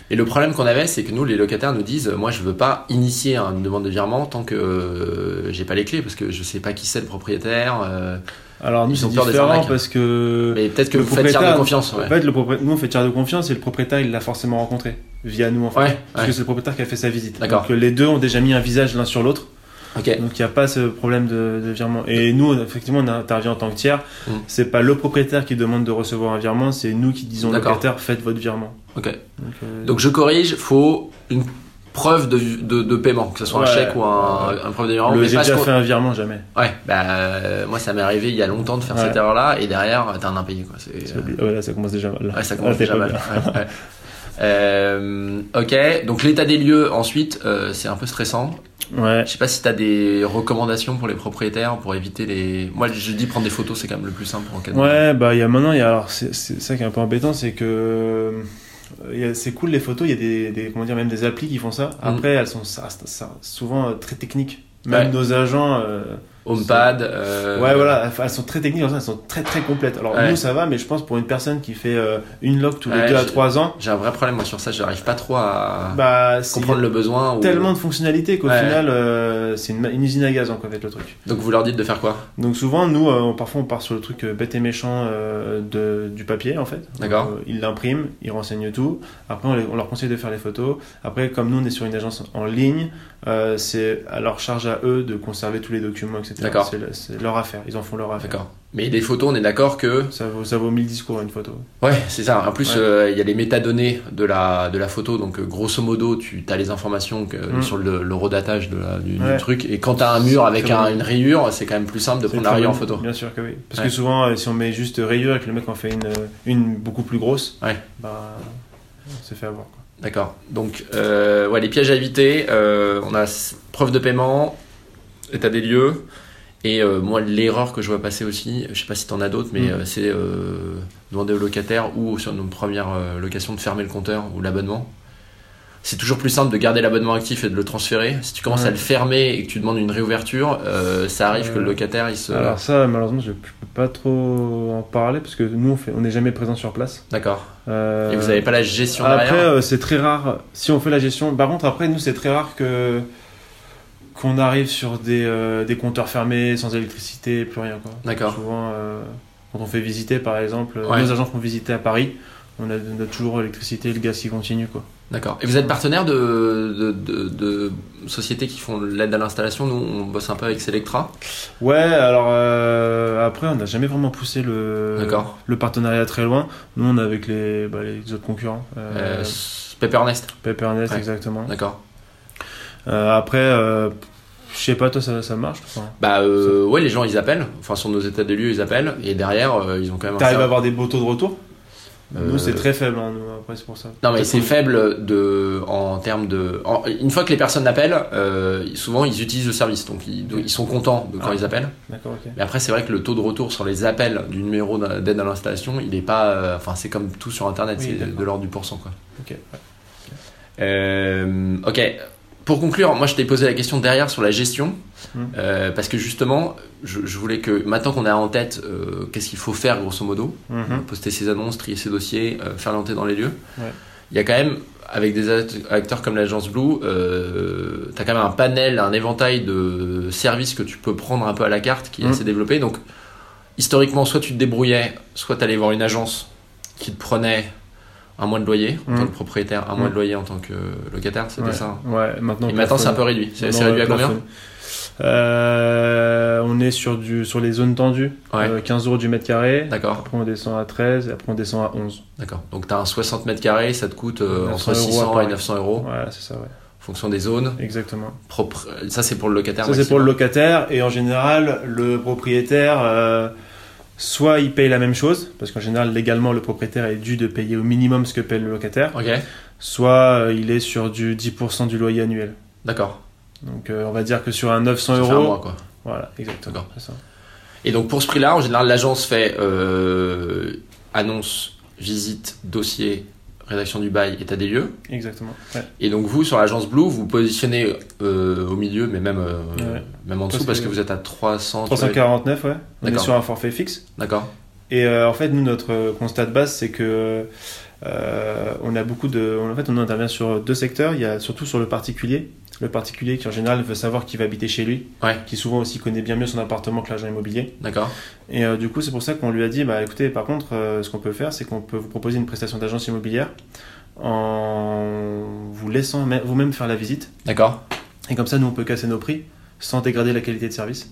Speaker 2: Et le problème qu'on avait, c'est que nous, les locataires nous disent, euh, moi, je veux pas initier hein, une demande de virement tant que euh, j'ai pas les clés, parce que je sais pas qui c'est le propriétaire. euh,
Speaker 3: Alors nous,
Speaker 2: Ils
Speaker 3: c'est
Speaker 2: ont peur des
Speaker 3: différent
Speaker 2: arnaques.
Speaker 3: parce que
Speaker 2: mais peut-être que
Speaker 3: le
Speaker 2: vous faites tiers de
Speaker 3: propriétaire-
Speaker 2: confiance. Ouais,
Speaker 3: en fait, le propriétaire, nous on fait tiers de confiance et le propriétaire il l'a forcément rencontré via nous en fait.
Speaker 2: ouais,
Speaker 3: Parce que c'est le propriétaire qui a fait sa visite.
Speaker 2: D'accord.
Speaker 3: Donc euh, les deux ont déjà mis un visage l'un sur l'autre.
Speaker 2: ouais, ok.
Speaker 3: Donc il n'y a pas ce problème de, de virement. Et nous, on- effectivement, on intervient en tant que tiers.
Speaker 2: Mm.
Speaker 3: C'est pas le propriétaire qui demande de recevoir un virement, c'est nous qui disons au
Speaker 2: D'accord.
Speaker 3: locataire faites votre virement.
Speaker 2: ok.
Speaker 3: Donc, euh,
Speaker 2: Donc je corrige, faut une preuve de, de, de paiement, que ce soit un
Speaker 3: Ouais.
Speaker 2: chèque ou un, un preuve de virement.
Speaker 3: le
Speaker 2: mais
Speaker 3: j'ai
Speaker 2: pas
Speaker 3: déjà
Speaker 2: ce qu'on-
Speaker 3: fait un virement jamais.
Speaker 2: Ouais, bah, euh, moi ça m'est arrivé il y a longtemps de faire
Speaker 3: Ouais.
Speaker 2: cette erreur-là et derrière t'as un impayé quoi. C'est,
Speaker 3: C'est obli- ouais, là, ça commence déjà mal.
Speaker 2: euh, ouais, ça
Speaker 3: Ah,
Speaker 2: commence
Speaker 3: t'es
Speaker 2: déjà
Speaker 3: pas
Speaker 2: mal. Ouais, ouais. Euh, ok, donc l'état des lieux ensuite, euh, c'est un peu stressant.
Speaker 3: bien. Ouais.
Speaker 2: Je sais pas si t'as des recommandations pour les propriétaires pour éviter les. Moi je dis prendre des photos, c'est quand même le plus simple en cas de.
Speaker 3: Ouais, bah il y a maintenant, il y a, alors c'est c'est ça qui est un peu embêtant, c'est que euh, il y a- c'est cool les photos, il y a des, des- comment dire même des applis qui font ça.
Speaker 2: Mm.
Speaker 3: Après, elles sont ça, ça- souvent euh, très techniques. Même
Speaker 2: Ouais.
Speaker 3: nos agents. euh,
Speaker 2: Homepad. euh,
Speaker 3: Ouais, voilà, elles sont très techniques, elles sont très très complètes. Alors
Speaker 2: Ouais.
Speaker 3: nous, ça va, mais je pense pour une personne qui fait euh, une log tous les
Speaker 2: Ouais,
Speaker 3: deux à
Speaker 2: je-
Speaker 3: trois ans,
Speaker 2: J'ai un vrai problème moi sur ça, j'arrive pas trop à
Speaker 3: bah, c'est
Speaker 2: comprendre le besoin. ou-
Speaker 3: tellement de fonctionnalités qu'au
Speaker 2: Ouais.
Speaker 3: final, euh, c'est une, ma- une usine à gaz en fait le truc.
Speaker 2: Donc vous leur dites de faire quoi
Speaker 3: Donc souvent, nous, euh, on- parfois, on part sur le truc euh, bête et méchant euh, de, du papier en fait.
Speaker 2: D'accord.
Speaker 3: Donc, euh, ils l'impriment, ils renseignent tout. Après, on, les- on leur conseille de faire les photos. Après, comme nous, on est sur une agence en ligne, euh, c'est à leur charge à eux de conserver tous les documents, etc.
Speaker 2: D'accord.
Speaker 3: C'est le- C'est leur affaire, ils en font leur affaire.
Speaker 2: D'accord. Mais les photos, on est d'accord que.
Speaker 3: Ça vaut, ça vaut mille discours une photo.
Speaker 2: Ouais, c'est ça. En plus,
Speaker 3: Ouais.
Speaker 2: euh, il y a les métadonnées de la, de la photo. Donc, euh, grosso modo, tu as les informations que,
Speaker 3: Mm.
Speaker 2: sur le, le redatage de la- du, du
Speaker 3: Ouais.
Speaker 2: truc. Et quand tu as un mur avec
Speaker 3: Très
Speaker 2: un-
Speaker 3: bon.
Speaker 2: une rayure, c'est quand même plus simple de
Speaker 3: C'est
Speaker 2: prendre la
Speaker 3: très
Speaker 2: rayure en
Speaker 3: bon,
Speaker 2: photo.
Speaker 3: Bien sûr que oui. Parce
Speaker 2: Ouais.
Speaker 3: que souvent, euh, si on met juste rayure et que le mec en fait une, une beaucoup plus grosse,
Speaker 2: Ouais.
Speaker 3: bah, on s'est fait avoir. quoi.
Speaker 2: D'accord. Donc, euh, ouais, les pièges à éviter. euh, on a s- preuve de paiement, état des lieux. Et euh, moi, l'erreur que je vois passer aussi, je sais pas si t'en as d'autres, mais
Speaker 3: Mm.
Speaker 2: euh, c'est euh, demander au locataire ou sur nos premières euh, locations de fermer le compteur ou l'abonnement. C'est toujours plus simple de garder l'abonnement actif et de le transférer. Si tu commences
Speaker 3: Ouais.
Speaker 2: à le fermer et que tu demandes une réouverture, euh, ça arrive que le
Speaker 3: Euh,
Speaker 2: locataire il se.
Speaker 3: Alors ça, malheureusement, je, je peux pas trop en parler parce que nous, on fait, on n'est jamais présent sur place.
Speaker 2: D'accord.
Speaker 3: Euh,
Speaker 2: Et vous avez pas la gestion
Speaker 3: Après,
Speaker 2: derrière.
Speaker 3: euh, c'est très rare. Si on fait la gestion, par contre, après, nous, c'est très rare que qu'on arrive sur des, euh, des compteurs fermés, sans électricité, plus rien quoi.
Speaker 2: D'accord.
Speaker 3: Souvent, euh, quand on fait visiter, par exemple, euh,
Speaker 2: Ouais.
Speaker 3: nos agents font visiter à Paris, on a, on a toujours l'électricité, et le gaz qui continue quoi.
Speaker 2: D'accord. Et vous êtes partenaire de, de, de- de sociétés qui font l'aide à l'installation. Nous, on bosse un peu avec Selectra.
Speaker 3: Ouais, alors euh, après, on n'a jamais vraiment poussé le,
Speaker 2: D'accord.
Speaker 3: le partenariat très loin. Nous, on est avec les, bah, les autres concurrents.
Speaker 2: Euh,
Speaker 3: Euh,
Speaker 2: s- Peppernest.
Speaker 3: Peppernest,
Speaker 2: ouais.
Speaker 3: exactement.
Speaker 2: D'accord.
Speaker 3: Euh, après, euh, je sais pas, toi, ça, ça marche enfin,
Speaker 2: Bah euh, ouais, les gens ils appellent. Enfin, sur nos états des lieux ils appellent et derrière euh, ils ont quand même. un
Speaker 3: T'arrives à
Speaker 2: serveur.
Speaker 3: avoir des beaux taux de retour
Speaker 2: Euh,
Speaker 3: Nous, c'est très faible, hein, nous, après, c'est pour ça.
Speaker 2: Non mais
Speaker 3: Peut-être
Speaker 2: c'est
Speaker 3: qu'on-
Speaker 2: faible de en termes de. en- une fois que les personnes appellent, euh, souvent ils utilisent le service, donc ils, donc, ils sont contents de quand
Speaker 3: Ah.
Speaker 2: ils appellent.
Speaker 3: D'accord, ok.
Speaker 2: Mais après c'est vrai que le taux de retour sur les appels du numéro d'un- d'aide à l'installation, il est pas. euh, Enfin, c'est comme tout sur internet,
Speaker 3: Oui,
Speaker 2: c'est
Speaker 3: d'accord.
Speaker 2: de l'ordre du pourcent quoi.
Speaker 3: Ok, ouais.
Speaker 2: Euh, ok. Pour conclure, moi je t'ai posé la question derrière sur la gestion,
Speaker 3: Mm.
Speaker 2: euh, parce que justement, je, je voulais que maintenant qu'on a en tête euh, qu'est-ce qu'il faut faire grosso modo,
Speaker 3: Mhm.
Speaker 2: poster ses annonces, trier ses dossiers, euh, faire l'entrée dans les lieux,
Speaker 3: Ouais.
Speaker 2: il y a quand même, avec des act- acteurs comme l'agence Blue, euh, tu as quand même un panel, un éventail de services que tu peux prendre un peu à la carte qui est
Speaker 3: Mm.
Speaker 2: assez développé. Donc historiquement, soit tu te débrouillais, soit tu allais voir une agence qui te prenait un mois de loyer en
Speaker 3: Mm.
Speaker 2: tant que propriétaire, un mois
Speaker 3: Mm.
Speaker 2: de loyer en tant que locataire, c'était
Speaker 3: Ouais.
Speaker 2: ça. hein.
Speaker 3: Ouais, maintenant.
Speaker 2: Et maintenant, c'est un peu
Speaker 3: plafonné.
Speaker 2: réduit. C'est
Speaker 3: Maintenant,
Speaker 2: c'est réduit à
Speaker 3: euh,
Speaker 2: combien
Speaker 3: plafonné. Euh, on est sur, du, sur les zones tendues,
Speaker 2: Ouais.
Speaker 3: euh, 15 euros du mètre carré.
Speaker 2: D'accord,
Speaker 3: Après, on descend à 13, et après, on descend à 11.
Speaker 2: d'accord. Donc t'as un 60 mètres carrés, ça te coûte euh,
Speaker 3: 900
Speaker 2: entre
Speaker 3: euros à
Speaker 2: 600 et
Speaker 3: Paris.
Speaker 2: 900 euros,
Speaker 3: Voilà, c'est ça, ouais.
Speaker 2: en fonction des zones.
Speaker 3: Exactement.
Speaker 2: Propre... Ça, c'est pour le locataire.
Speaker 3: Ça, c'est
Speaker 2: maximum.
Speaker 3: pour le locataire. Et en général, le propriétaire, euh, soit il paye la même chose, parce qu'en général, légalement, le propriétaire est dû de payer au minimum ce que paye le locataire,
Speaker 2: Ok,
Speaker 3: soit euh, il est sur du 10% du loyer annuel.
Speaker 2: d'accord.
Speaker 3: Donc, euh, on va dire que sur un 900
Speaker 2: Ça fait un
Speaker 3: euros.
Speaker 2: mois, quoi.
Speaker 3: Voilà, exactement.
Speaker 2: D'accord.
Speaker 3: c'est ça.
Speaker 2: Et donc pour ce prix-là, en général, l'agence fait euh, annonce, visite, dossier, rédaction du bail, état des lieux.
Speaker 3: Exactement. ouais.
Speaker 2: Et donc vous, sur l'agence Blue, vous vous positionnez euh, au milieu, mais même, euh,
Speaker 3: Ouais.
Speaker 2: même en dessous,
Speaker 3: Parce
Speaker 2: parce
Speaker 3: que-
Speaker 2: que vous êtes à 300.
Speaker 3: 349, ouais. On est
Speaker 2: D'accord.
Speaker 3: sur un forfait fixe.
Speaker 2: D'accord.
Speaker 3: Et euh, en fait, nous, notre euh, constat de base, c'est que euh, on a beaucoup de. En fait, on intervient sur deux secteurs. Il y a surtout sur le particulier. Le particulier qui, en général, veut savoir qui va habiter chez lui.
Speaker 2: Ouais.
Speaker 3: Qui souvent aussi connaît bien mieux son appartement que l'agent immobilier.
Speaker 2: D'accord.
Speaker 3: Et euh, du coup, c'est pour ça qu'on lui a dit bah écoutez, par contre, euh, ce qu'on peut faire, c'est qu'on peut vous proposer une prestation d'agence immobilière en vous laissant ma- vous-même faire la visite.
Speaker 2: D'accord.
Speaker 3: Et comme ça, nous, on peut casser nos prix sans dégrader la qualité de service.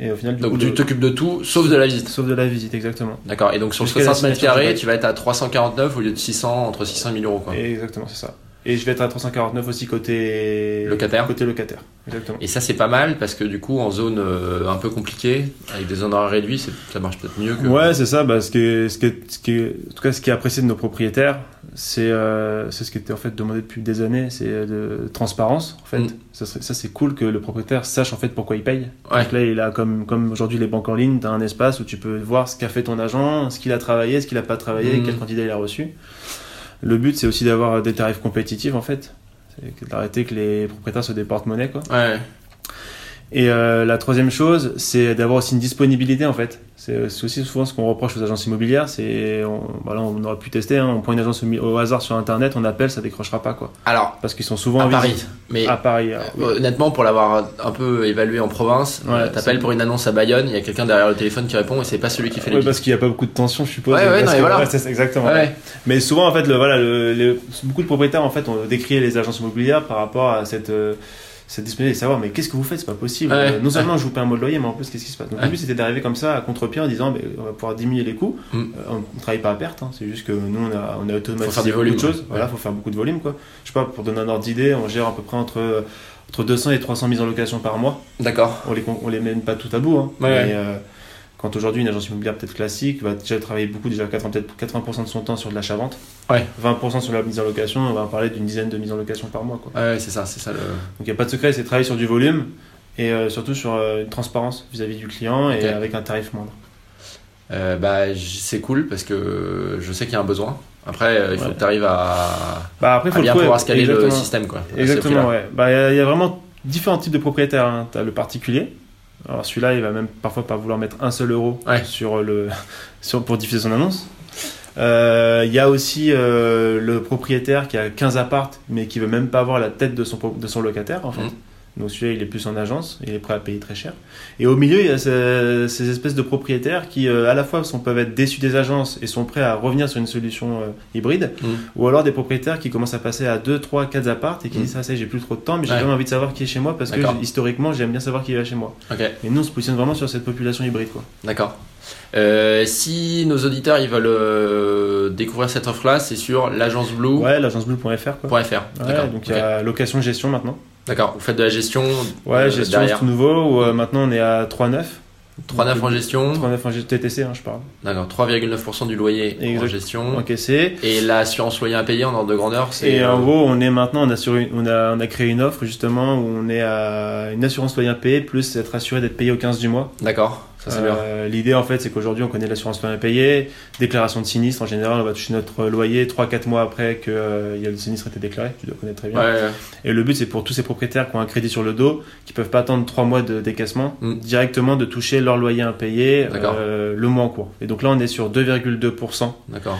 Speaker 3: Et au final, du
Speaker 2: Donc
Speaker 3: coup,
Speaker 2: tu
Speaker 3: le-
Speaker 2: t'occupes de tout, sauf de la visite.
Speaker 3: sauf de la visite, exactement.
Speaker 2: D'accord. Et donc sur le
Speaker 3: Jusqu'à la
Speaker 2: 60 mètres
Speaker 3: signature du
Speaker 2: carrés,
Speaker 3: bail.
Speaker 2: tu vas être à 349 au lieu de 600, entre 600 et 1000 euros. Quoi.
Speaker 3: Et exactement, c'est ça. Et je vais être à 349 aussi côté
Speaker 2: Locataire.
Speaker 3: Côté locataire, exactement.
Speaker 2: Et ça, c'est pas mal parce que du coup, en zone euh, un peu compliquée, avec des honoraires réduits, c'est- ça marche peut-être mieux que.
Speaker 3: Ouais, c'est ça. Bah, ce qui est, ce qui est- ce qui est- en tout cas, ce qui est apprécié de nos propriétaires, c'est euh, c'est ce qui était en fait demandé depuis des années, c'est euh, de transparence. En fait,
Speaker 2: Mm.
Speaker 3: ça, serait- ça c'est cool que le propriétaire sache en fait pourquoi il paye.
Speaker 2: Ouais.
Speaker 3: Donc là, il a comme comme aujourd'hui les banques en ligne, t'as un espace où tu peux voir ce qu'a fait ton agent, ce qu'il a travaillé, ce qu'il a pas travaillé,
Speaker 2: Mm.
Speaker 3: quel candidat il a reçu. Le but, c'est aussi d'avoir des tarifs compétitifs en fait. C'est que- d'arrêter que les propriétaires se déportent monnaie quoi.
Speaker 2: Ouais.
Speaker 3: Et euh, la troisième chose, c'est d'avoir aussi une disponibilité en fait. C'est c'est aussi souvent ce qu'on reproche aux agences immobilières. C'est, on, bah là, on aurait pu tester. hein, on prend une agence au, mi- au hasard sur internet, on appelle, ça décrochera pas quoi.
Speaker 2: Alors,
Speaker 3: Parce qu'ils sont souvent
Speaker 2: à
Speaker 3: en
Speaker 2: Paris.
Speaker 3: visite.
Speaker 2: Mais euh,
Speaker 3: À Paris. alors, oui.
Speaker 2: Honnêtement, pour l'avoir un peu évalué en province,
Speaker 3: Ouais,
Speaker 2: euh, t'appelles
Speaker 3: c'est-
Speaker 2: pour une annonce à Bayonne, il y a quelqu'un derrière le téléphone qui répond et c'est pas celui qui fait
Speaker 3: Ouais,
Speaker 2: les
Speaker 3: parce qu'il n'y a pas beaucoup de tension, je suppose.
Speaker 2: Ouais, ouais,
Speaker 3: parce
Speaker 2: non, mais
Speaker 3: que-
Speaker 2: voilà.
Speaker 3: ouais, bah, c'est ça, exactement.
Speaker 2: Ouais,
Speaker 3: Mais souvent, en fait, le, voilà, le- le- beaucoup de propriétaires en fait ont décrié les agences immobilières par rapport à cette euh, cette disponibilité de savoir mais qu'est-ce que vous faites c'est pas possible
Speaker 2: Ouais.
Speaker 3: Euh, non seulement je vous paie un mot de loyer mais en plus qu'est-ce qui se passe donc le
Speaker 2: Ouais.
Speaker 3: but c'était d'arriver comme ça à contre-pied en disant mais, euh, on va pouvoir diminuer les coûts
Speaker 2: Mm.
Speaker 3: Euh, on, ne travaille pas à perte hein. c'est juste que nous on a on a automatisé
Speaker 2: Faut faire du
Speaker 3: beaucoup
Speaker 2: volume,
Speaker 3: de choses
Speaker 2: ouais.
Speaker 3: voilà faut faire beaucoup de volume quoi je sais pas pour donner un ordre d'idée on gère à peu près entre euh, entre 200 et 300 mises en location par mois
Speaker 2: D'accord.
Speaker 3: on les, con- on les mène pas tout à bout. Hein.
Speaker 2: Ouais, ouais.
Speaker 3: Mais, euh, quand aujourd'hui, une agence immobilière peut-être classique va déjà travailler beaucoup, déjà 80%, peut-être 80 de son temps sur de l'achat-vente,
Speaker 2: Ouais.
Speaker 3: 20% sur la mise en location, on va parler d'une dizaine de mises en location par mois. Quoi.
Speaker 2: Ouais, ouais, c'est ça, c'est ça le.
Speaker 3: Donc il n'y a pas de secret, c'est travailler sur du volume et euh, surtout sur euh, une transparence vis-à-vis du client et
Speaker 2: Ok.
Speaker 3: avec un tarif moindre.
Speaker 2: Euh, bah, j- c'est cool parce que je sais qu'il y a un besoin. Après, euh, il faut
Speaker 3: Ouais.
Speaker 2: que t'arrives à,
Speaker 3: Bah, après,
Speaker 2: à
Speaker 3: il faut le
Speaker 2: bien
Speaker 3: trouver.
Speaker 2: pouvoir scaler le
Speaker 3: Exactement.
Speaker 2: système, quoi. à ce prix-là.
Speaker 3: Exactement, ouais. Bah, il y a- il y, a vraiment différents types de propriétaires. Hein. Tu as le particulier. Alors celui-là, il va même parfois pas vouloir mettre un seul euro
Speaker 2: Ouais.
Speaker 3: sur le, sur, pour diffuser son annonce. Euh, Il y a aussi euh, le propriétaire qui a 15 appartes, mais qui veut même pas avoir la tête de son, pro- de son locataire, en fait.
Speaker 2: Mhm.
Speaker 3: Donc celui-là, il est plus en agence, il est prêt à payer très cher. Et au milieu, il y a ce- ces, espèces de propriétaires qui, euh, à la fois, sont, peuvent être déçus des agences et sont prêts à revenir sur une solution euh, hybride,
Speaker 2: Mhm.
Speaker 3: ou alors des propriétaires qui commencent à passer à 2, 3, 4 appartes et qui
Speaker 2: Mhm.
Speaker 3: disent, ah, ça y est, j'ai plus trop de temps, mais j'ai
Speaker 2: Ouais.
Speaker 3: quand même envie de savoir qui est chez moi, parce que
Speaker 2: D'accord.
Speaker 3: j'ai- historiquement, j'aime bien savoir qui va chez moi.
Speaker 2: Ok,
Speaker 3: Et nous, on se positionne vraiment sur cette population hybride. Quoi.
Speaker 2: d'accord. Euh, si nos auditeurs ils veulent euh, découvrir cette offre-là, c'est sur l'agenceblue.fr.
Speaker 3: Ouais, l'agenceblue.fr. Quoi.
Speaker 2: D'accord.
Speaker 3: Ouais, donc il
Speaker 2: ok.
Speaker 3: y a location-gestion maintenant.
Speaker 2: D'accord. Vous faites de la gestion.
Speaker 3: Ouais,
Speaker 2: euh,
Speaker 3: gestion c'est
Speaker 2: derrière.
Speaker 3: tout nouveau. Où, euh, maintenant, on est à 3,9.
Speaker 2: 3,9 en gestion.
Speaker 3: 3,9 en gestion TTC, hein, je parle.
Speaker 2: D'accord, 3,9% du loyer en
Speaker 3: Exact.
Speaker 2: gestion.
Speaker 3: Encaissé.
Speaker 2: Et l'assurance loyer impayé en ordre de grandeur, Mmh. c'est.
Speaker 3: Et en
Speaker 2: euh,
Speaker 3: gros, on est maintenant, on a, sur une- on, a, on a créé une offre justement où on est à une assurance loyer payé plus être assuré d'être payé au 15 du mois.
Speaker 2: D'accord, ça c'est bien.
Speaker 3: Euh, L'idée en fait, c'est qu'aujourd'hui, on connaît l'assurance loyer payé, déclaration de sinistre. En général, on va toucher notre loyer 3-4 mois après que euh, il y a le sinistre a été déclaré. Tu dois connaître très bien.
Speaker 2: Ouais, ouais.
Speaker 3: Et le but, c'est pour tous ces propriétaires qui ont un crédit sur le dos, qui peuvent pas attendre trois mois de décaissement,
Speaker 2: Mm.
Speaker 3: directement de toucher leur loyer impayé
Speaker 2: D'accord.
Speaker 3: euh, le mois en cours. Et donc là, on est sur 2,2%
Speaker 2: d'accord.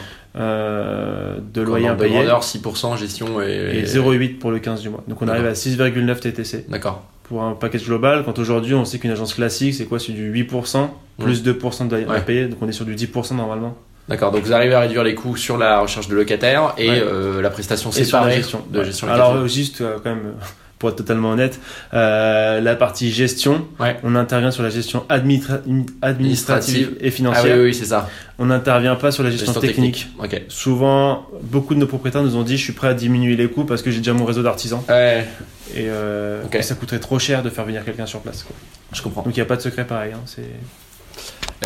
Speaker 3: euh, de
Speaker 2: En
Speaker 3: loyer
Speaker 2: ordre de
Speaker 3: impayé
Speaker 2: grandeur, 6% gestion et.
Speaker 3: et 0,8 pour le 15 du mois. Donc on arrive à 6,9 TTC
Speaker 2: D'accord,
Speaker 3: pour un package global. Quand aujourd'hui, on sait qu'une agence classique, c'est quoi C'est du 8%, plus 2% de loyer
Speaker 2: Mm. Ouais.
Speaker 3: impayé. Donc on est sur du 10% normalement.
Speaker 2: d'accord. Donc vous arrivez à réduire les coûts sur la recherche de locataires et
Speaker 3: Ouais.
Speaker 2: euh, la prestation
Speaker 3: Et sur la
Speaker 2: séparée
Speaker 3: gestion.
Speaker 2: de
Speaker 3: Ouais.
Speaker 2: gestion
Speaker 3: Alors
Speaker 2: locative.
Speaker 3: euh, juste euh, quand même, euh, pour être totalement honnête. Euh, la partie gestion,
Speaker 2: Ouais.
Speaker 3: on intervient sur la gestion administra- administrative et
Speaker 2: Ah oui,
Speaker 3: financière.
Speaker 2: oui, oui, c'est ça.
Speaker 3: On n'intervient pas sur la gestion,
Speaker 2: Gestion
Speaker 3: technique.
Speaker 2: Ok.
Speaker 3: Souvent, beaucoup de nos propriétaires nous ont dit je suis prêt à diminuer les coûts parce que j'ai déjà mon réseau d'artisans
Speaker 2: Ouais,
Speaker 3: et euh,
Speaker 2: Ok.
Speaker 3: ça coûterait trop cher de faire venir quelqu'un sur place. quoi.
Speaker 2: je comprends.
Speaker 3: Donc il n'y a pas de secret pareil. hein, c'est-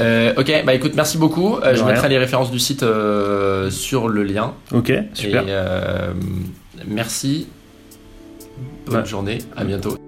Speaker 2: Euh, ok, bah écoute, merci beaucoup. Euh,
Speaker 3: De
Speaker 2: je
Speaker 3: rien.
Speaker 2: mettrai les références du site euh, sur le lien.
Speaker 3: Ok, super.
Speaker 2: Et, euh, merci. Bonne
Speaker 3: Ouais.
Speaker 2: journée, à bientôt.